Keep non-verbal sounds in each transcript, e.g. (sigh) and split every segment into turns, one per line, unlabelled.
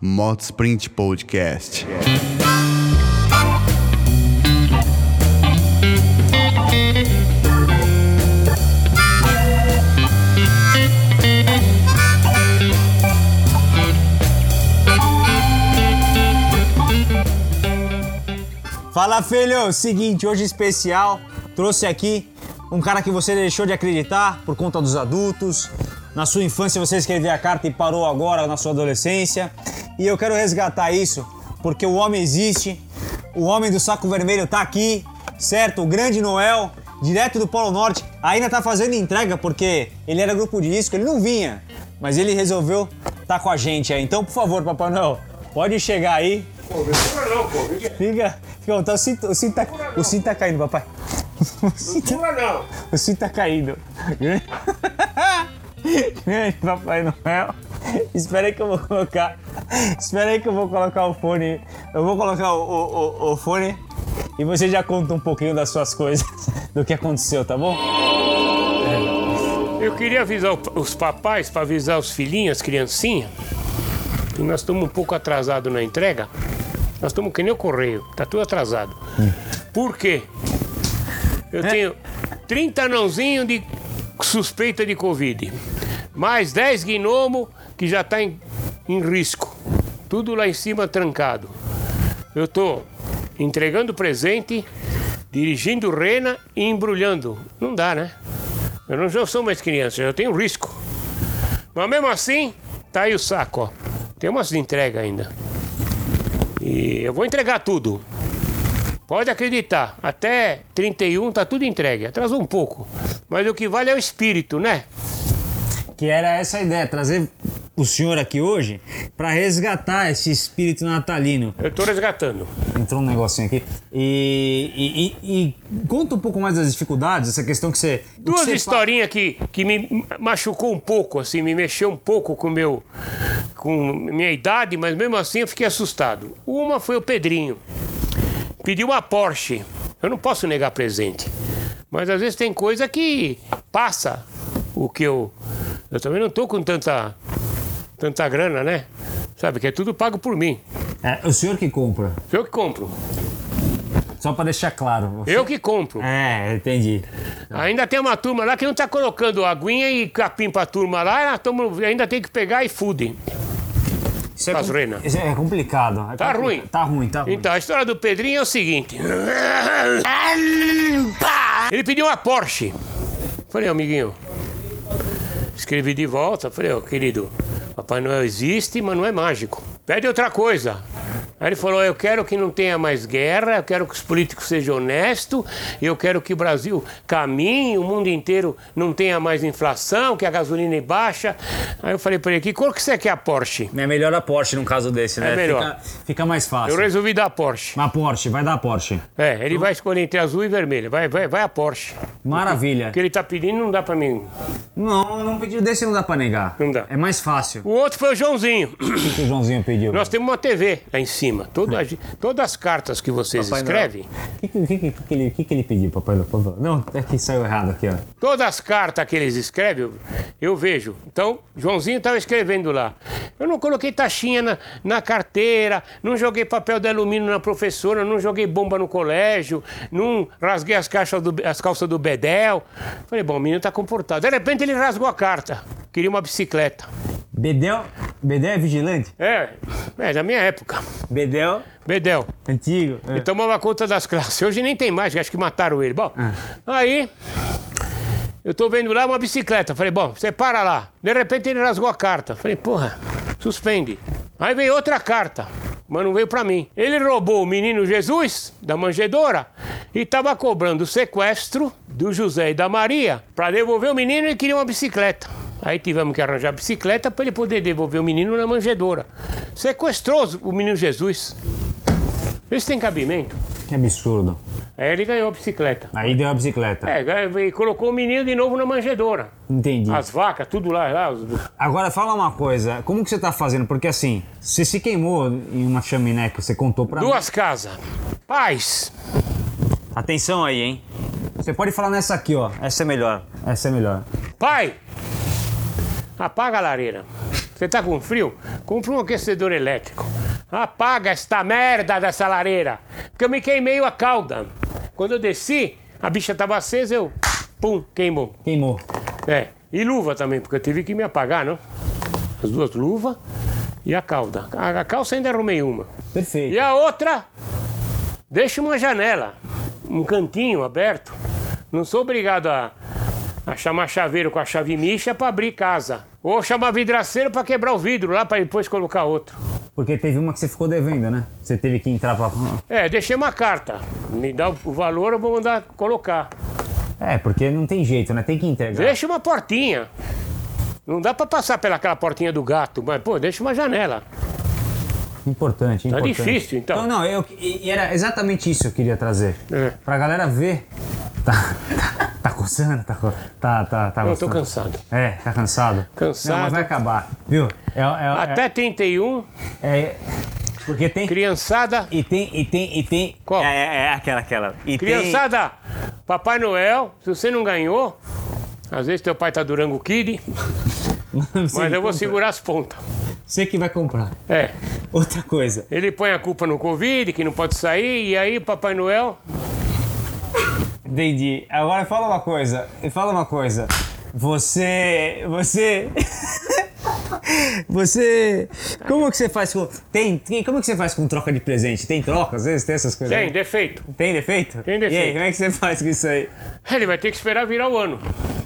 Moto Sprint Podcast.
Fala, filho! Seguinte, hoje especial, trouxe aqui um cara que você deixou de acreditar por conta dos adultos. Na sua infância você escrevia a carta e parou agora na sua adolescência. E eu quero resgatar isso, porque o homem existe, o homem do saco vermelho tá aqui, certo? O grande Noel, direto do Polo Norte, ainda tá fazendo entrega porque ele era grupo de risco, ele não vinha, mas ele resolveu tá com a gente aí. Então, por favor, Papai Noel, pode chegar aí,
Não, pô, não
Fica, fica, então o cinto, o cinto tá, o cinto tá caindo, papai. O cinto,
pula não.
(laughs) o cinto tá caindo. Grande (laughs) Papai Noel. Espera aí que eu vou colocar. Espera aí que eu vou colocar o fone. Eu vou colocar o, o, o- o fone e você já conta um pouquinho das suas coisas, (laughs) do que aconteceu, tá bom?
Eu queria avisar o- os papais para avisar os filhinhos, as criancinhas, que nós estamos um pouco atrasados na entrega. Nós estamos que nem o correio, tá tudo atrasado. Por quê? Eu tenho 30 anãozinhos de suspeita de Covid, mais 10 gnomo que já está em, em risco. Tudo lá em cima trancado. Eu tô entregando presente, dirigindo rena e embrulhando. Não dá, né? Eu não já sou mais criança, eu tenho risco. Mas mesmo assim, tá aí o saco, ó. Tem umas entregas ainda. E eu vou entregar tudo. Pode acreditar, até 31 tá tudo entregue. Atrasou um pouco. Mas o que vale é o espírito, né?
Que era essa a ideia, trazer o senhor aqui hoje pra resgatar esse espírito natalino.
Eu tô resgatando.
entrou um negocinho aqui. E, e- e- e conta um pouco mais das dificuldades, essa questão que você.
Duas
que você
historinhas que, que me machucou um pouco, assim, me mexeu um pouco com meu com minha idade, mas mesmo assim eu fiquei assustado. Uma foi o Pedrinho. Pediu uma Porsche. Eu não posso negar presente. Mas às vezes tem coisa que passa o que eu. Eu também não tô com tanta. tanta grana, né? Sabe, que é tudo pago por mim.
fala- É, o senhor que compra,
Eu que compro.
só pra deixar claro.
Eu que compro.
É, entendi.
Ainda tem uma turma lá que não tá colocando aguinha e capim pra turma lá, ela toma- ainda tem que pegar e fude.
Isso é,
Faz rena.
isso é complicado. é
Tá
compli-
ruim.
Tá ruim, tá ruim.
Então, a história do Pedrinho é o seguinte. Ele pediu uma Porsche. Falei, amiguinho. Escrevi de volta, falei, ó, querido, Papai Noel existe, mas não é mágico. Pede outra coisa. Aí ele falou, eu quero que não tenha mais guerra, eu quero que os políticos sejam honestos, eu quero que o Brasil caminhe, o mundo inteiro não tenha mais inflação, que a gasolina é baixa. Aí eu falei pra ele, que cor que você quer a Porsche?
É melhor a Porsche num caso desse, né?
É melhor.
Fica, fica mais
Eu
fácil.
resolvi dar a Porsche.
Mas Porsche, vai dar Porsche.
É, ele vai escolher entre azul e vermelho. Vai, vai, vai a Porsche.
Maravilha.
O que ele tá pedindo não dá pra mim.
Não, não pediu desse não dá pra negar.
Não dá.
É mais fácil.
O outro foi o Joãozinho. (clears throat)
O que o Joãozinho pediu?
Nós temos uma TV lá em cima. Toda a gen- todas as cartas que vocês
É. Papai Noel.
escrevem,
O que, que, que, que, ele- que que ele pediu, papai? Noel? Por favor. Não, é que saiu errado aqui, ó.
todas as cartas que eles escrevem, eu, eu vejo. Então, Joãozinho estava escrevendo lá. Eu não coloquei taxinha na, na carteira, não joguei papel de alumínio na professora, não joguei bomba no colégio, não rasguei as, caixas do- as calças do Bedel. Falei, bom, o menino tá comportado. De repente ele rasgou a carta. Queria uma bicicleta.
Bedel, Bedel é vigilante?
É, é da minha época.
Bedel,
Bedel.
antigo. é.
Ele tomava conta das classes. Hoje nem tem mais, acho que mataram ele. Bom, Ah. aí eu tô vendo lá uma bicicleta. Falei, bom, você para lá. De repente ele rasgou a carta. Falei, porra, suspende. Aí veio outra carta, mas não veio pra mim. Ele roubou o menino Jesus, da manjedoura, e tava cobrando o sequestro do José e da Maria pra devolver o menino e queria uma bicicleta. Aí tivemos que arranjar a bicicleta pra ele poder devolver o menino na manjedoura. Sequestrou o menino Jesus. Isso tem cabimento?
Que absurdo.
Aí ele ganhou a bicicleta.
Aí deu a bicicleta.
É, ganhou- e colocou o menino de novo na manjedoura.
Entendi.
As vacas, tudo lá. lá os-
Agora fala uma coisa, como que você tá fazendo? Porque assim, você se queimou em uma chaminé que você contou pra
duas casas. Paz.
mim. Atenção aí, hein? Você pode falar nessa aqui, ó. Essa é melhor. Essa é melhor.
Pai! Apaga a lareira. Você tá com frio? Compra um aquecedor elétrico. Apaga esta merda dessa lareira. Porque eu me queimei a cauda. Quando eu desci, a bicha tava acesa, eu. Pum, queimou.
Queimou.
É. E luva também, porque eu tive que me apagar, não? As duas luvas e a cauda. A, a calça ainda arrumei uma.
Perfeito.
E a outra, deixa uma janela, um cantinho aberto. Não sou obrigado a, a chamar chaveiro com a chave micha para abrir casa. Ou chamar vidraceiro para quebrar o vidro lá para depois colocar outro.
Porque teve uma que você ficou devendo, né? Você teve que entrar pra.
É, deixei uma carta. Me dá o valor, eu vou mandar colocar.
É, porque não tem jeito, né? Tem que entregar.
Deixa uma portinha. Não dá para passar pelaquela portinha do gato, mas pô, deixa uma janela.
Importante,
Tá
importante.
difícil, então.
Então, não, eu, e e era exatamente isso que eu queria trazer.
É.
Pra galera ver. Tá, tá, tá coçando, tá, co- tá, tá, tá
Eu tô
gostando.
cansado.
É, tá cansado?
Cansado.
Não, mas vai acabar, viu? É, é,
Até 31,
é, é- porque tem...
criançada
E tem, e tem, e tem...
Qual?
É, é, é aquela, aquela. E
Criançada, Papai Noel, se você não ganhou, às vezes teu pai tá Durango Kid,
tem... (laughs) Você
mas
que
eu vou
compra.
segurar as pontas.
Você que vai comprar.
É,
Outra coisa.
ele põe a culpa no Covid, que não pode sair, e aí Papai Noel,
Entendi. Agora fala uma coisa. Fala uma coisa. Você. Você. (laughs) você. Como que você faz com. Tem, tem- Como que você faz com troca de presente? Tem troca? Às vezes tem essas coisas.
tem defeito.
Tem defeito?
Tem
E aí,
defeito.
como é que você (laughs) faz com isso aí?
Ele vai ter que esperar virar o ano.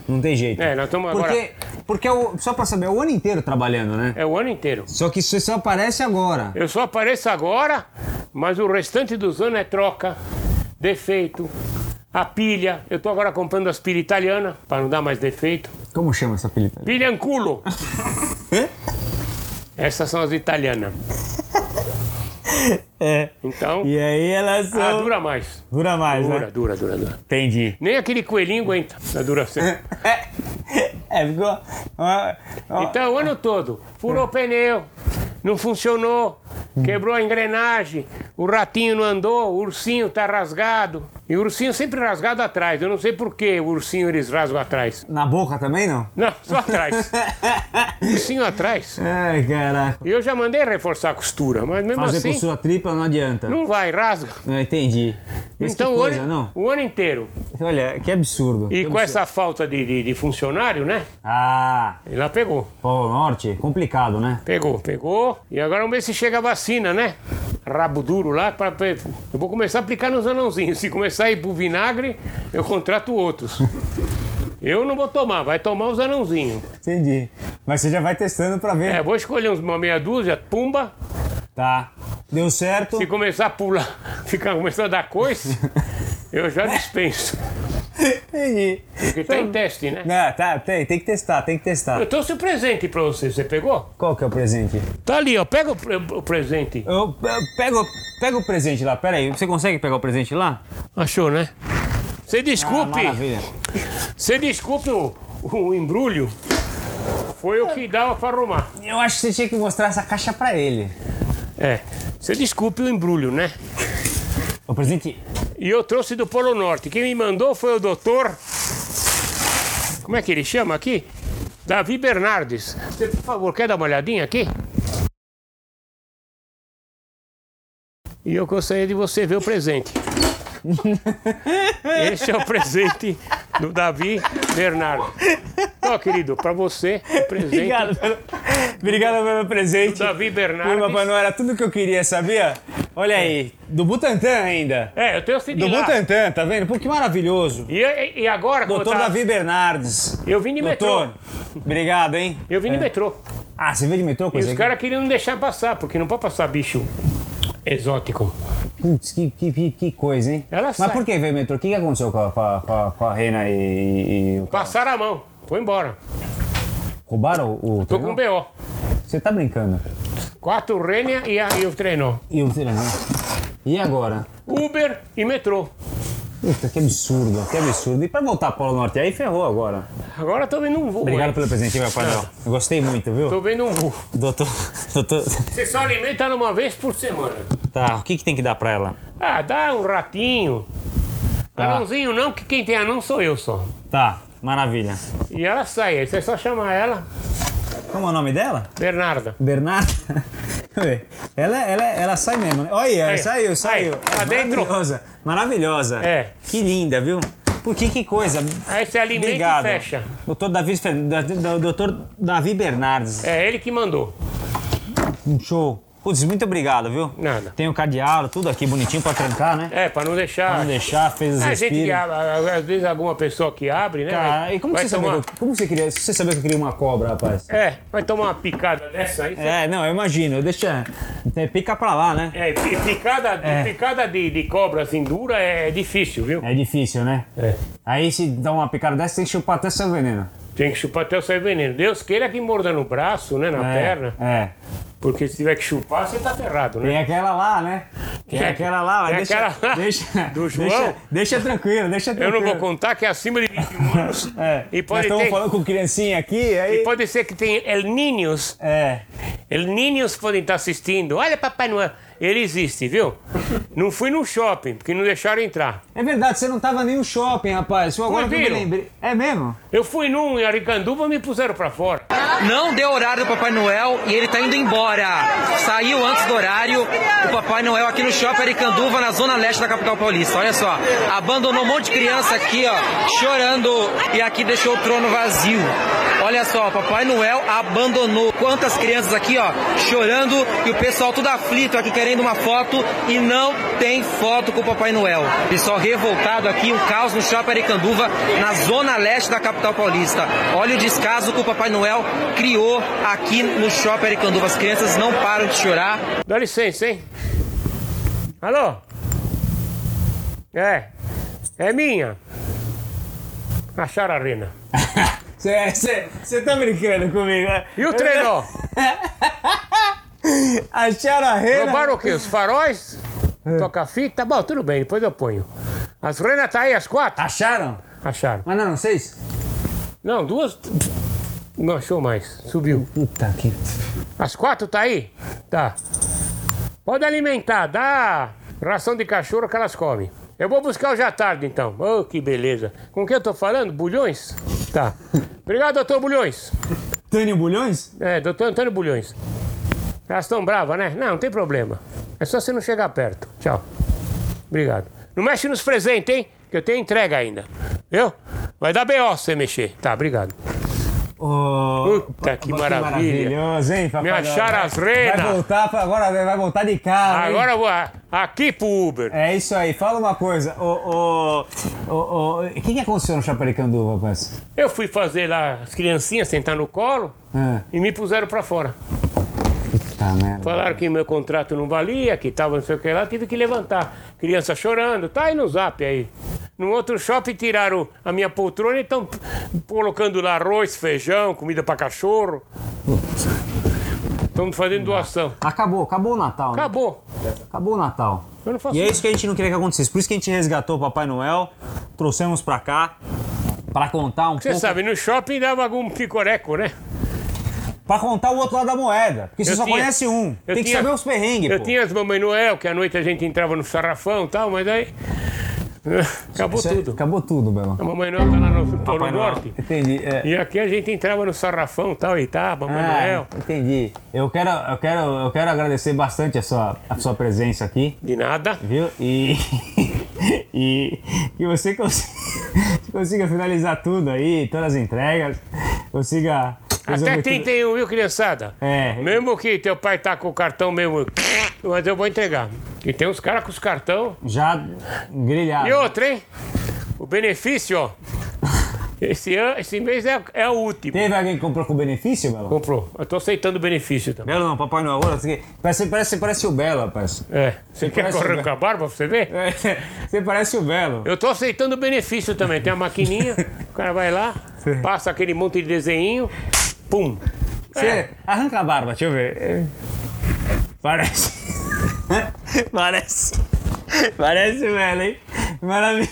Não tem jeito.
É, nós estamos agora.
Porque. Porque é o- só pra saber, é o ano inteiro trabalhando, né?
É o ano inteiro.
Só que isso só aparece agora.
Eu só apareço agora, mas o restante dos anos é troca, defeito, a pilha. Eu tô agora comprando as pilhas italianas, para não dar mais defeito.
Como chama essa película?
Pilhanculo!
Hã?
Essas são as italianas.
É.
Então,
E então- aí elas
ah,
são.
dura mais.
Dura mais,
Dura,
né?
dura, dura, dura.
Entendi.
Nem aquele coelhinho aguenta a duração.
É, (laughs) é ficou. ó, ó, É.
Então, o ano todo, furou o pneu, não funcionou, quebrou a engrenagem, o ratinho não andou, o ursinho tá rasgado. E o ursinho sempre rasgado atrás. Eu não sei por que o ursinho eles rasgam atrás.
Na boca também não?
Não,
(laughs)
só atrás. ursinho atrás.
Ai, caraca.
E eu já mandei reforçar a costura, mas mesmo
Fazer
assim,
com sua tripa não adianta.
não vai, rasga.
Não entendi. Mas
Então,
que
o
coisa,
ano,
não?
o ano inteiro.
Olha, que absurdo. Que
E com
absurdo.
essa falta de, de- de funcionário, né?
Ah,
Ele lá pegou.
Polo Norte, complicado, né?
Pegou, pegou. E agora vamos ver se chega a vacina, né? Rabo duro lá. Pra, pra- eu vou começar a aplicar nos anãozinhos. Se começar a ir pro vinagre, eu contrato outros. Eu não vou tomar, vai tomar os anãozinhos.
Entendi. Mas você já vai testando pra ver.
É, vou escolher uns- uma meia dúzia, pumba. É.
Tá. Deu certo?
Se começar a pular, (laughs) ficar começando a dar coice, eu já dispenso.
(laughs) Entendi.
Porque tá em teste, né?
Não, tá, tem, tem que testar, tem que testar.
Eu trouxe o presente pra você, você pegou?
Qual que é o presente?
Tá ali, ó, pega o, pre- o presente.
Eu, eu pego, pega o presente lá, pera aí. Você consegue pegar o presente lá?
Achou, né? Você
Ah,
desculpe.
maravilha.
Você desculpe o, o embrulho. Foi o que dava para arrumar.
Eu acho que você tinha que mostrar essa caixa pra ele.
É. Você desculpe o embrulho, né?
O presente
E eu trouxe do Polo Norte. Quem me mandou foi o doutor. Como é que ele chama aqui? Davi Bernardes. Você, por favor, quer dar uma olhadinha aqui? E eu gostaria de você ver
(laughs)
o presente. Este é o presente do Davi Bernardes. Então, querido, para você, o presente
Obrigado pelo, (laughs) obrigado pelo presente.
do
Foi,
Davi
Papai
Bernardes.
Noel, era tudo que eu queria, sabia? Olha aí, do Butantan ainda.
É, eu tenho esse de
Do
lá.
Butantan, tá vendo? Pô, que maravilhoso.
E, e- e agora, como eu
Doutor
tava-
Davi Bernardes.
eu vim de metrô.
Doutor, obrigado, hein?
Eu vim de metrô.
Ah, você veio de metrô,
E
coisa
os
que-
caras queriam não deixar passar, porque não pode passar bicho exótico.
Putz, que, que, que, que coisa, hein?
Ela
Mas
sai.
por que veio de metrô? O que, que aconteceu com a, com a- com a- com a Reina e, e o...
Passaram a mão, foi embora.
Roubaram o... o
Tô com
trenó?
BO.
Você tá brincando.
Quatro Rênia e, a- e o trenó.
E o trenó? E agora?
Uber e metrô.
Puta, que absurdo, que absurdo. E pra voltar pro Polo Norte aí, ferrou agora.
Agora tô vendo um voo.
Obrigado
hein?
pelo presente, meu pai. Noel. Eu gostei muito, viu?
Tô vendo um voo.
Doutor, (laughs) doutor.
Você só alimenta uma vez por semana.
Tá, o que, que tem que dar pra ela?
Ah, dá um ratinho.
Tá.
Anãozinho não, que quem tem anão sou eu só.
Tá, maravilha.
E ela sai, aí você só chama ela.
Como é o nome dela?
Bernarda.
Bernarda? (laughs) ela, ela, ela sai mesmo, né? Olha, aí, ela
Aí,
saiu,
aí,
saiu.
lá
É
dentro.
Maravilhosa, maravilhosa.
É.
Que linda, viu? Por que que coisa?
Aí você alimenta
Obrigado.
e fecha.
Doutor Davi, Fer- da- da- doutor Davi Bernardes.
É ele que mandou.
Um show. Putz, muito obrigado, viu?
Nada.
Tem o cadeado, tudo aqui bonitinho pra trancar, né?
É, pra não deixar.
Não deixar, fez os
É, a gente que
respiros.
abre, às vezes alguma pessoa que abre, né?
Cara,
vai-
e como
vai
que você sabia
tomar-
que eu- como você queria? Se você sabia que eu queria uma cobra, rapaz?
É, vai tomar uma picada dessa aí.
É, não, eu imagino. Deixa. é, Pica pra lá, né?
É, pi- picada,
É.
picada de, de cobra assim dura é difícil, viu?
É difícil, né?
É.
Aí se dá uma picada dessa, tem que chupar até seu veneno.
Tem que chupar até sair veneno. Deus queira que morda no braço, né? Na
é,
perna.
É.
Porque se tiver que chupar, você tá ferrado, né?
Tem aquela lá, né? Tem
É.
aquela lá, mas
Tem
deixa,
aquela lá
deixa,
do João.
deixa, deixa tranquilo, deixa
Eu
tranquilo.
não vou contar que é acima de 21 anos.
(laughs) É,
E
nós
pode,
estamos
ter-
falando com criancinha aqui, aí...
e pode ser que tem El Niños.
É,
El Niños podem estar assistindo. Olha, Papai Noel. Ele existe, viu? Não fui no shopping, porque não deixaram entrar.
é verdade, você não tava nem no shopping, rapaz. Eu agora que eu me
viram?
lembrei. É mesmo?
Eu fui num em Aricanduva me puseram pra fora.
Não deu horário do Papai Noel e ele tá indo embora. Saiu antes do horário o Papai Noel aqui no Shopping Aricanduva, na zona leste da capital paulista. Olha só, abandonou um monte de criança aqui, ó, chorando e aqui deixou o trono vazio. Olha só, o Papai Noel abandonou quantas crianças aqui, ó, chorando e o pessoal tudo aflito aqui querendo uma foto e não tem foto com o Papai Noel. Pessoal revoltado aqui, um caos no Shopping Aricanduva, na zona leste da capital paulista. Olha o descaso que o Papai Noel criou aqui no Shopping Aricanduva. As crianças não param de chorar.
Dá licença, hein? Alô? É. É minha. Acharam a rena.
Você tá brincando comigo, né?
E o trenó?
Acharam a rena.
Roubaram o quê? Os faróis? Toca fita? Bom, tudo bem, depois eu ponho. As renas tá aí, as quatro?
Acharam?
Acharam.
Mas não, seis?
Não, duas. Não achou mais. Subiu.
Puta que...
As quatro tá aí? Tá. Pode alimentar, dá ração de cachorro que elas comem. Eu vou buscar hoje à tarde, então. Oh, que beleza. Com quem eu tô falando? Bulhões? Tá. Obrigado, doutor Bulhões.
Tânio Bulhões?
É, doutor Antônio Bulhões. Elas estão bravas, né? Não, não tem problema. É só você não chegar perto. Tchau. Obrigado. Não mexe nos presentes, hein? Que eu tenho entrega ainda. Viu? Vai dar B.O. se você mexer. Tá, obrigado.
Ô,
Puta, que
Pô,
maravilha.
Maravilhoso, hein, papai?
Me acharam as renas.
Vai voltar, pra- agora vai voltar de carro. hein?
Agora eu vou a- aqui pro Uber.
É isso aí. Fala uma coisa. O o- o- o- o que, que aconteceu no Chaparicandu, rapaz?
Eu fui fazer lá as criancinhas sentar no colo
Ah,
e me puseram pra fora.
tá merda.
Falaram que meu contrato não valia, que tava não sei o que lá, tive que levantar. Criança chorando, tá aí no zap aí. No outro shopping tiraram a minha poltrona e estão colocando lá arroz, feijão, comida pra cachorro. Estamos fazendo doação.
Acabou, acabou o Natal. né?
Acabou.
Acabou o Natal.
Eu não faço
E é
nada.
isso que a gente não queria que acontecesse. Por isso que a gente resgatou o Papai Noel, trouxemos pra cá pra contar um
Você
pouco,
sabe, no shopping dava algum picoreco, né?
pra contar o outro lado da moeda, porque você
Eu
só
tinha-
conhece um.
eu
Tem que
tinha-
saber os perrengues,
Eu
pô.
tinha as Mamãe Noel, que à noite a gente entrava no sarrafão e tal, mas aí. (laughs) Acabou
Isso é-
tudo.
Acabou tudo, Belo.
A Mamãe Noel tá lá no Polo
Papai Noel.
Norte.
Entendi. é.
E aqui a gente entrava no sarrafão e tal, e tá, Mamãe
Ah,
Noel.
entendi. Eu quero, eu quero, eu quero agradecer bastante a sua, a sua presença aqui,
De nada.
viu? E (laughs) e que você cons- (laughs) consiga finalizar tudo aí, todas as entregas, consiga
Até
resolver tudo.
31, viu, criançada?
É.
Mesmo que teu pai tá com o cartão mesmo, mas eu vou entregar. E tem uns caras com os cartão.
já grelhado.
E outra, hein? O benefício, ó. Esse, ano, esse mês é, é o último.
Teve alguém que comprou com benefício, Belo?
Comprou. Eu tô aceitando o benefício também.
Belo não, Papai Noel. olha, você- Parece, parece, parece o Belo, rapaz.
É. Você quer
parece-
correr com a barba pra você ver?
É, (laughs) Você parece o Belo.
Eu tô aceitando o benefício também. Tem a maquininha, o cara vai lá,
Sim.
passa aquele monte de desenho, pum.
Você arranca a barba, deixa eu ver. É. Parece. (laughs) Parece. Parece velho, hein? Maravilha.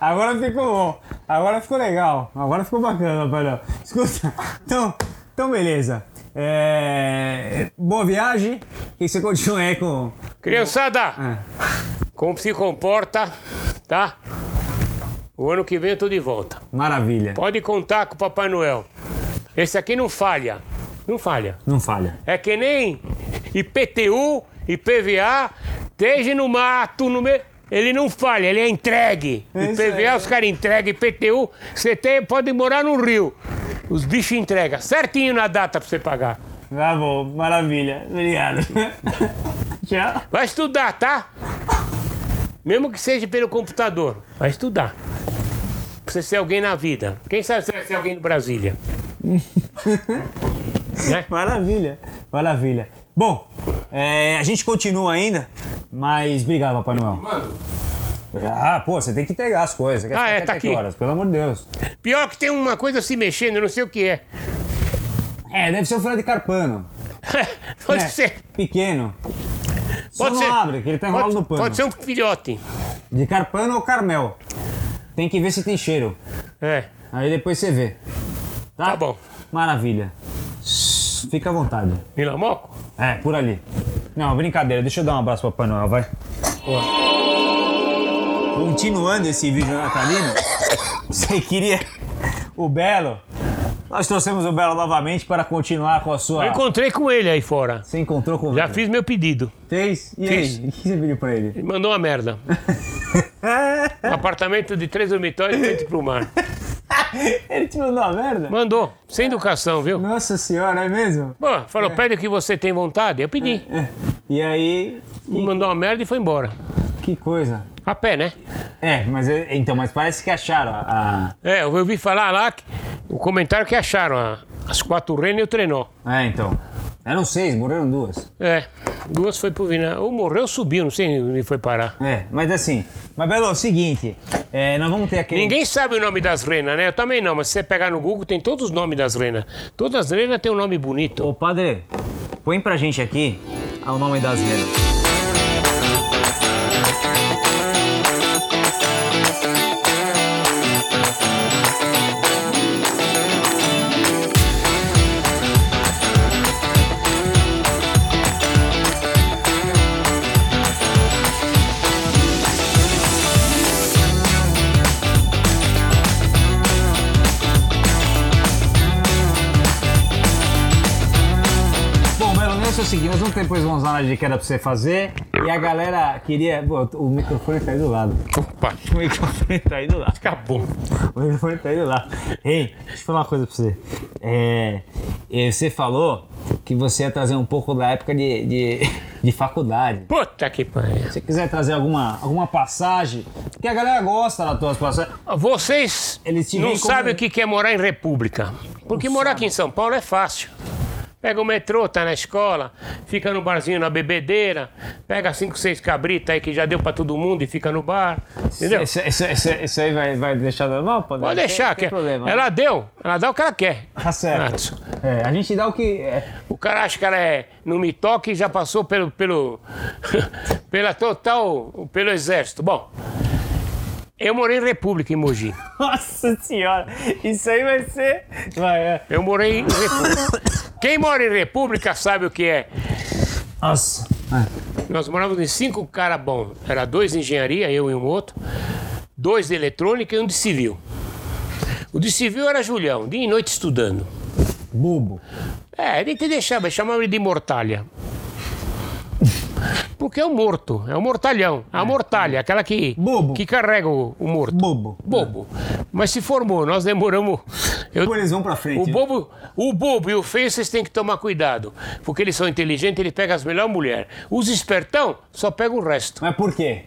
Agora ficou bom. Agora ficou legal. Agora ficou bacana, Papai Noel. Escuta, então, então beleza. É, Boa viagem. Que você continue aí com.
Criançada, como se comporta, tá? O ano que vem eu tô de volta.
Maravilha.
Pode contar com o Papai Noel. Esse aqui não falha. Não falha.
Não falha.
É que nem IPTU, IPVA, desde no mato, no meio. Ele não falha, ele é entregue.
isso
IPVA, os caras entregam, IPTU, você tem, pode morar no Rio. Os bichos entregam certinho na data pra você pagar.
Tá bom, maravilha. Obrigado. (laughs) Tchau.
Vai estudar, tá? Mesmo que seja pelo computador, vai estudar. Pra você ser alguém na vida. Quem sabe você vai ser alguém no Brasília? né?
Maravilha, maravilha. Bom, é, a gente continua ainda, mas obrigado, Papai Noel.
Mano,
Ah, pô, você tem que pegar as coisas. Você quer
Ah,
ficar
é,
até
tá
que
aqui.
Horas, pelo amor de Deus.
pior que tem uma coisa se mexendo, eu não sei o que é. (laughs)
É, deve ser o Fred Carpano.
Pode
né?
ser.
Pequeno. Só
Pode
não
ser.
abre, que ele tá enrolado
pode,
no pano.
Pode ser um filhote.
De Carpano ou Carmel. Tem que ver se tem cheiro.
É.
Aí depois você vê.
Tá bom.
Maravilha. Fica à vontade.
Milamoco?
É, por ali. Não, brincadeira, deixa eu dar um abraço pro Papai Noel, vai. Continuando esse vídeo natalino, (coughs) você queria o Belo. Nós trouxemos o Belo novamente para continuar com a sua.
Eu encontrei com ele aí fora.
Você encontrou com o
Já
Belo?
fiz meu pedido.
Fez? E
Fiz.
aí? O que você pediu pra ele?
Ele mandou uma merda. Um apartamento de três dormitórios frente pro mar.
ele te mandou uma merda?
Mandou. Sem educação, viu?
Nossa senhora, é mesmo? É.
Pô, falou, pede o que você tem vontade. Eu pedi.
E aí,
Me mandou uma merda e foi embora.
que coisa.
A pé, né?
É, mas é- então, mas parece que acharam a.
É, eu ouvi falar lá que- o comentário que acharam a- as quatro renas e o trenó.
a- É, então. Eram seis, morreram duas.
É, duas foi pro Vina. Ou morreu ou subiu, não sei onde foi parar.
É, mas assim, mas Belo, é o seguinte, é, nós vamos ter aquele.
Ninguém sabe o nome das renas, né? Eu também não, mas se você pegar no Google, tem todos os nomes das renas. Todas as renas têm um nome bonito.
Ô padre, põe pra gente aqui o nome das renas. Bom, Belo, o negócio é o seguinte, nós vamos depois vamos usar de que era pra você fazer. E a galera queria. Pô, o microfone tá aí do lado. (laughs)
Opa,
O microfone tá aí do lado.
acabou.
O microfone tá aí do lado. Ei, deixa eu falar uma coisa pra você. É, eh, você falou que você ia trazer um pouco da época de, de, (laughs) de faculdade.
Puta que pariu.
Se você quiser trazer alguma, alguma passagem, porque a galera gosta das tuas passagens.
Vocês
Eles te
não
veem como- um-
sabem o que que é morar em república. Porque morar aqui em São Paulo é fácil. Pega o metrô, tá na escola, fica no barzinho na bebedeira, pega cinco, seis cabritas aí que já deu pra todo mundo e fica no bar. Entendeu?
Isso, isso- isso- isso aí vai, vai deixar normal, Padre?
Pode deixar, que é-
Tem problema.
ela deu, ela dá o que ela quer.
Tá certo.
Renato.
É, a gente dá o que. É, (laughs)
O cara acha que ela é não me toque e já passou pelo, pelo (laughs) pela total, pelo exército. Bom, eu morei em República em Mogi.
Nossa senhora, isso aí vai ser. Vai, é.
Eu morei em República. Quem mora em República sabe o que é.
Nossa. é.
Nós morávamos em cinco caras bons. Era dois de engenharia, eu e um outro. Dois de eletrônica e um de civil. O de civil era Julião, dia e noite estudando.
Bobo.
É, ele te deixava, chamava ele de mortalha. Porque é o morto, é o mortalhão. A mortalha, aquela que,
Bobo.
que carrega o, o morto.
Bobo.
Bobo. Mas se formou, nós demoramos. eu-
Pô, eles vão pra frente.
o bobo, o bobo e o feio, vocês têm que tomar cuidado. Porque eles são inteligentes, eles pegam as melhores mulheres. Os espertão só pegam o resto.
Mas por quê?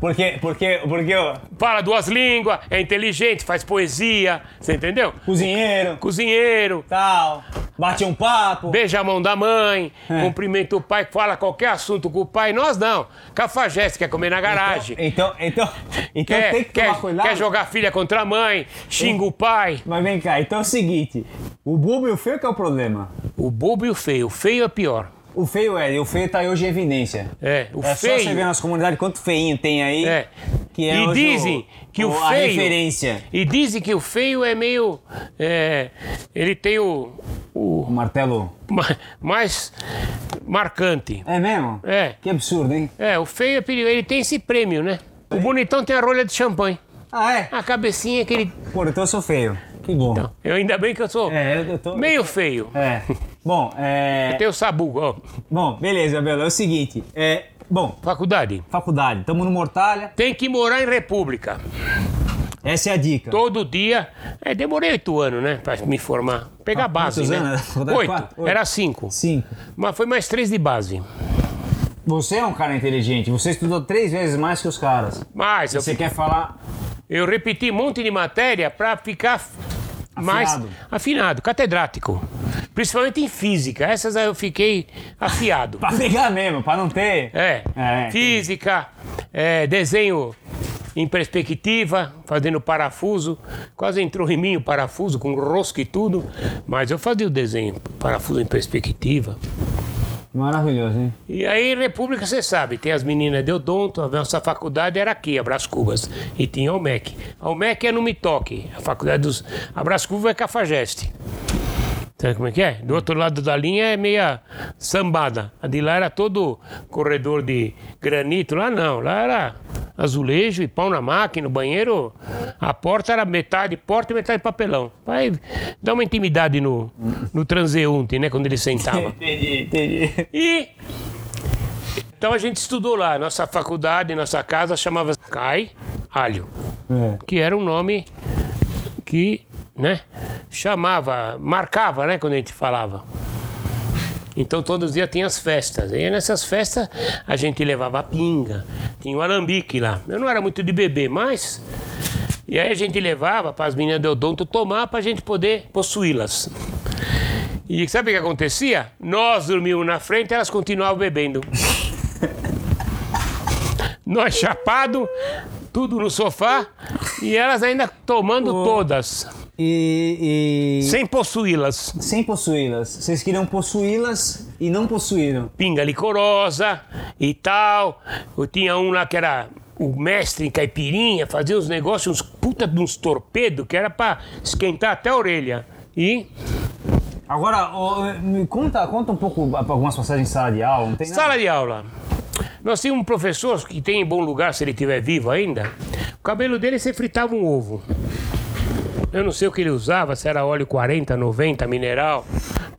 Porque, porque, porque ó,
Fala duas línguas, é inteligente, faz poesia, você entendeu?
cozinheiro,
Cozinheiro,
tal, bate um papo.
Beija a mão da mãe,
É.
cumprimenta o pai, fala qualquer assunto com o pai. Nós não. Cafajeste quer comer na garagem.
Então, então, então
quer,
tem que
quer,
tomar cuidado.
quer jogar a filha contra a mãe, xinga o pai.
Mas vem cá, então é o seguinte: o bobo e o feio que é o problema.
O bobo e o feio. O feio é pior.
O feio é, e o feio tá aí hoje em evidência.
É, o
é
feio.
só você ver nas comunidades quanto feinho tem aí.
É.
Que é
e
hoje
dizem
o-
que o,
A
feio.
referência.
E dizem que o feio é meio. é, ele tem o.
O martelo.
ma- mais marcante.
É mesmo?
É.
Que absurdo, hein?
É, o feio é perigo. Ele tem esse prêmio, né? O bonitão tem a rolha de champanhe.
Ah, é?
A cabecinha que ele
Pô, então eu sou feio. Que bom.
Então, eu ainda bem que eu sou
É, eu tô-
meio feio.
É. Bom, é.
Tem o sabugo, ó.
Bom, beleza, Belo. É o seguinte. É. Bom,
Faculdade.
faculdade. Tamo no Mortalha.
Tem que morar em república.
Essa é a dica.
Todo dia. É, demorei oito anos, né? Pra me formar. Pegar
Ah,
base.
quantos
né?
anos? Faculdade, quatro,
Oito.
oito.
Era cinco.
Cinco.
Mas foi mais três de base.
Você é um cara inteligente. Você estudou três vezes mais que os caras.
Mas eu,
Você quer falar.
eu repeti um monte de matéria pra ficar f- mais
Afiado.
afinado, catedrático. Principalmente em física. Essas aí eu fiquei
(laughs)
afiado.
Pra pegar mesmo, pra não ter.
É.
É,
Física, é, desenho em perspectiva, fazendo parafuso. Quase entrou em mim o parafuso, com rosca e tudo. Mas eu fazia o desenho, parafuso em perspectiva.
Maravilhoso, hein?
E aí, em República, você sabe, tem as meninas de Odonto, a nossa faculdade era aqui, Abras Cubas, e tinha a UMEC. A UMEC é no Mitoque, a faculdade dos. Abras Cubas é Cafajeste. Sabe como é que é? Do outro lado da linha é meia sambada. A de lá era todo corredor de granito, lá não, lá era azulejo e pau na máquina, o banheiro, a porta era metade porta e metade papelão. Vai dar uma intimidade no, no transeunte, né, quando ele sentava.
Entendi, entendi.
E. Então a gente estudou lá. Nossa faculdade, nossa casa chamava Cai Alho,
É.
que era um nome que, né, chamava, marcava, né, quando a gente falava. Então todos os dias tinha as festas. E nessas festas a gente levava pinga, tinha o alambique lá. Eu não era muito de beber, mas. E aí a gente levava para as meninas de odonto tomar para a gente poder possuí-las. E sabe o que acontecia? Nós dormíamos na frente elas continuavam bebendo. Nós chapado, tudo no sofá e elas ainda tomando todas,
E. e-
sem possuí-las.
Sem possuí-las. Vocês queriam possuí-las e não possuíram.
pinga licorosa e tal. Eu tinha um lá que era o mestre em caipirinha, fazia uns negócios, uns puta de uns torpedos que era pra esquentar até a orelha. E
Agora, ó, me conta, conta um pouco algumas passagens em sala de aula. Não tem nada.
sala de aula. Nós tínhamos um professor que tem em bom lugar, se ele estiver vivo ainda. O cabelo dele você fritava um ovo. Eu não sei o que ele usava, se era óleo 40, 90, mineral.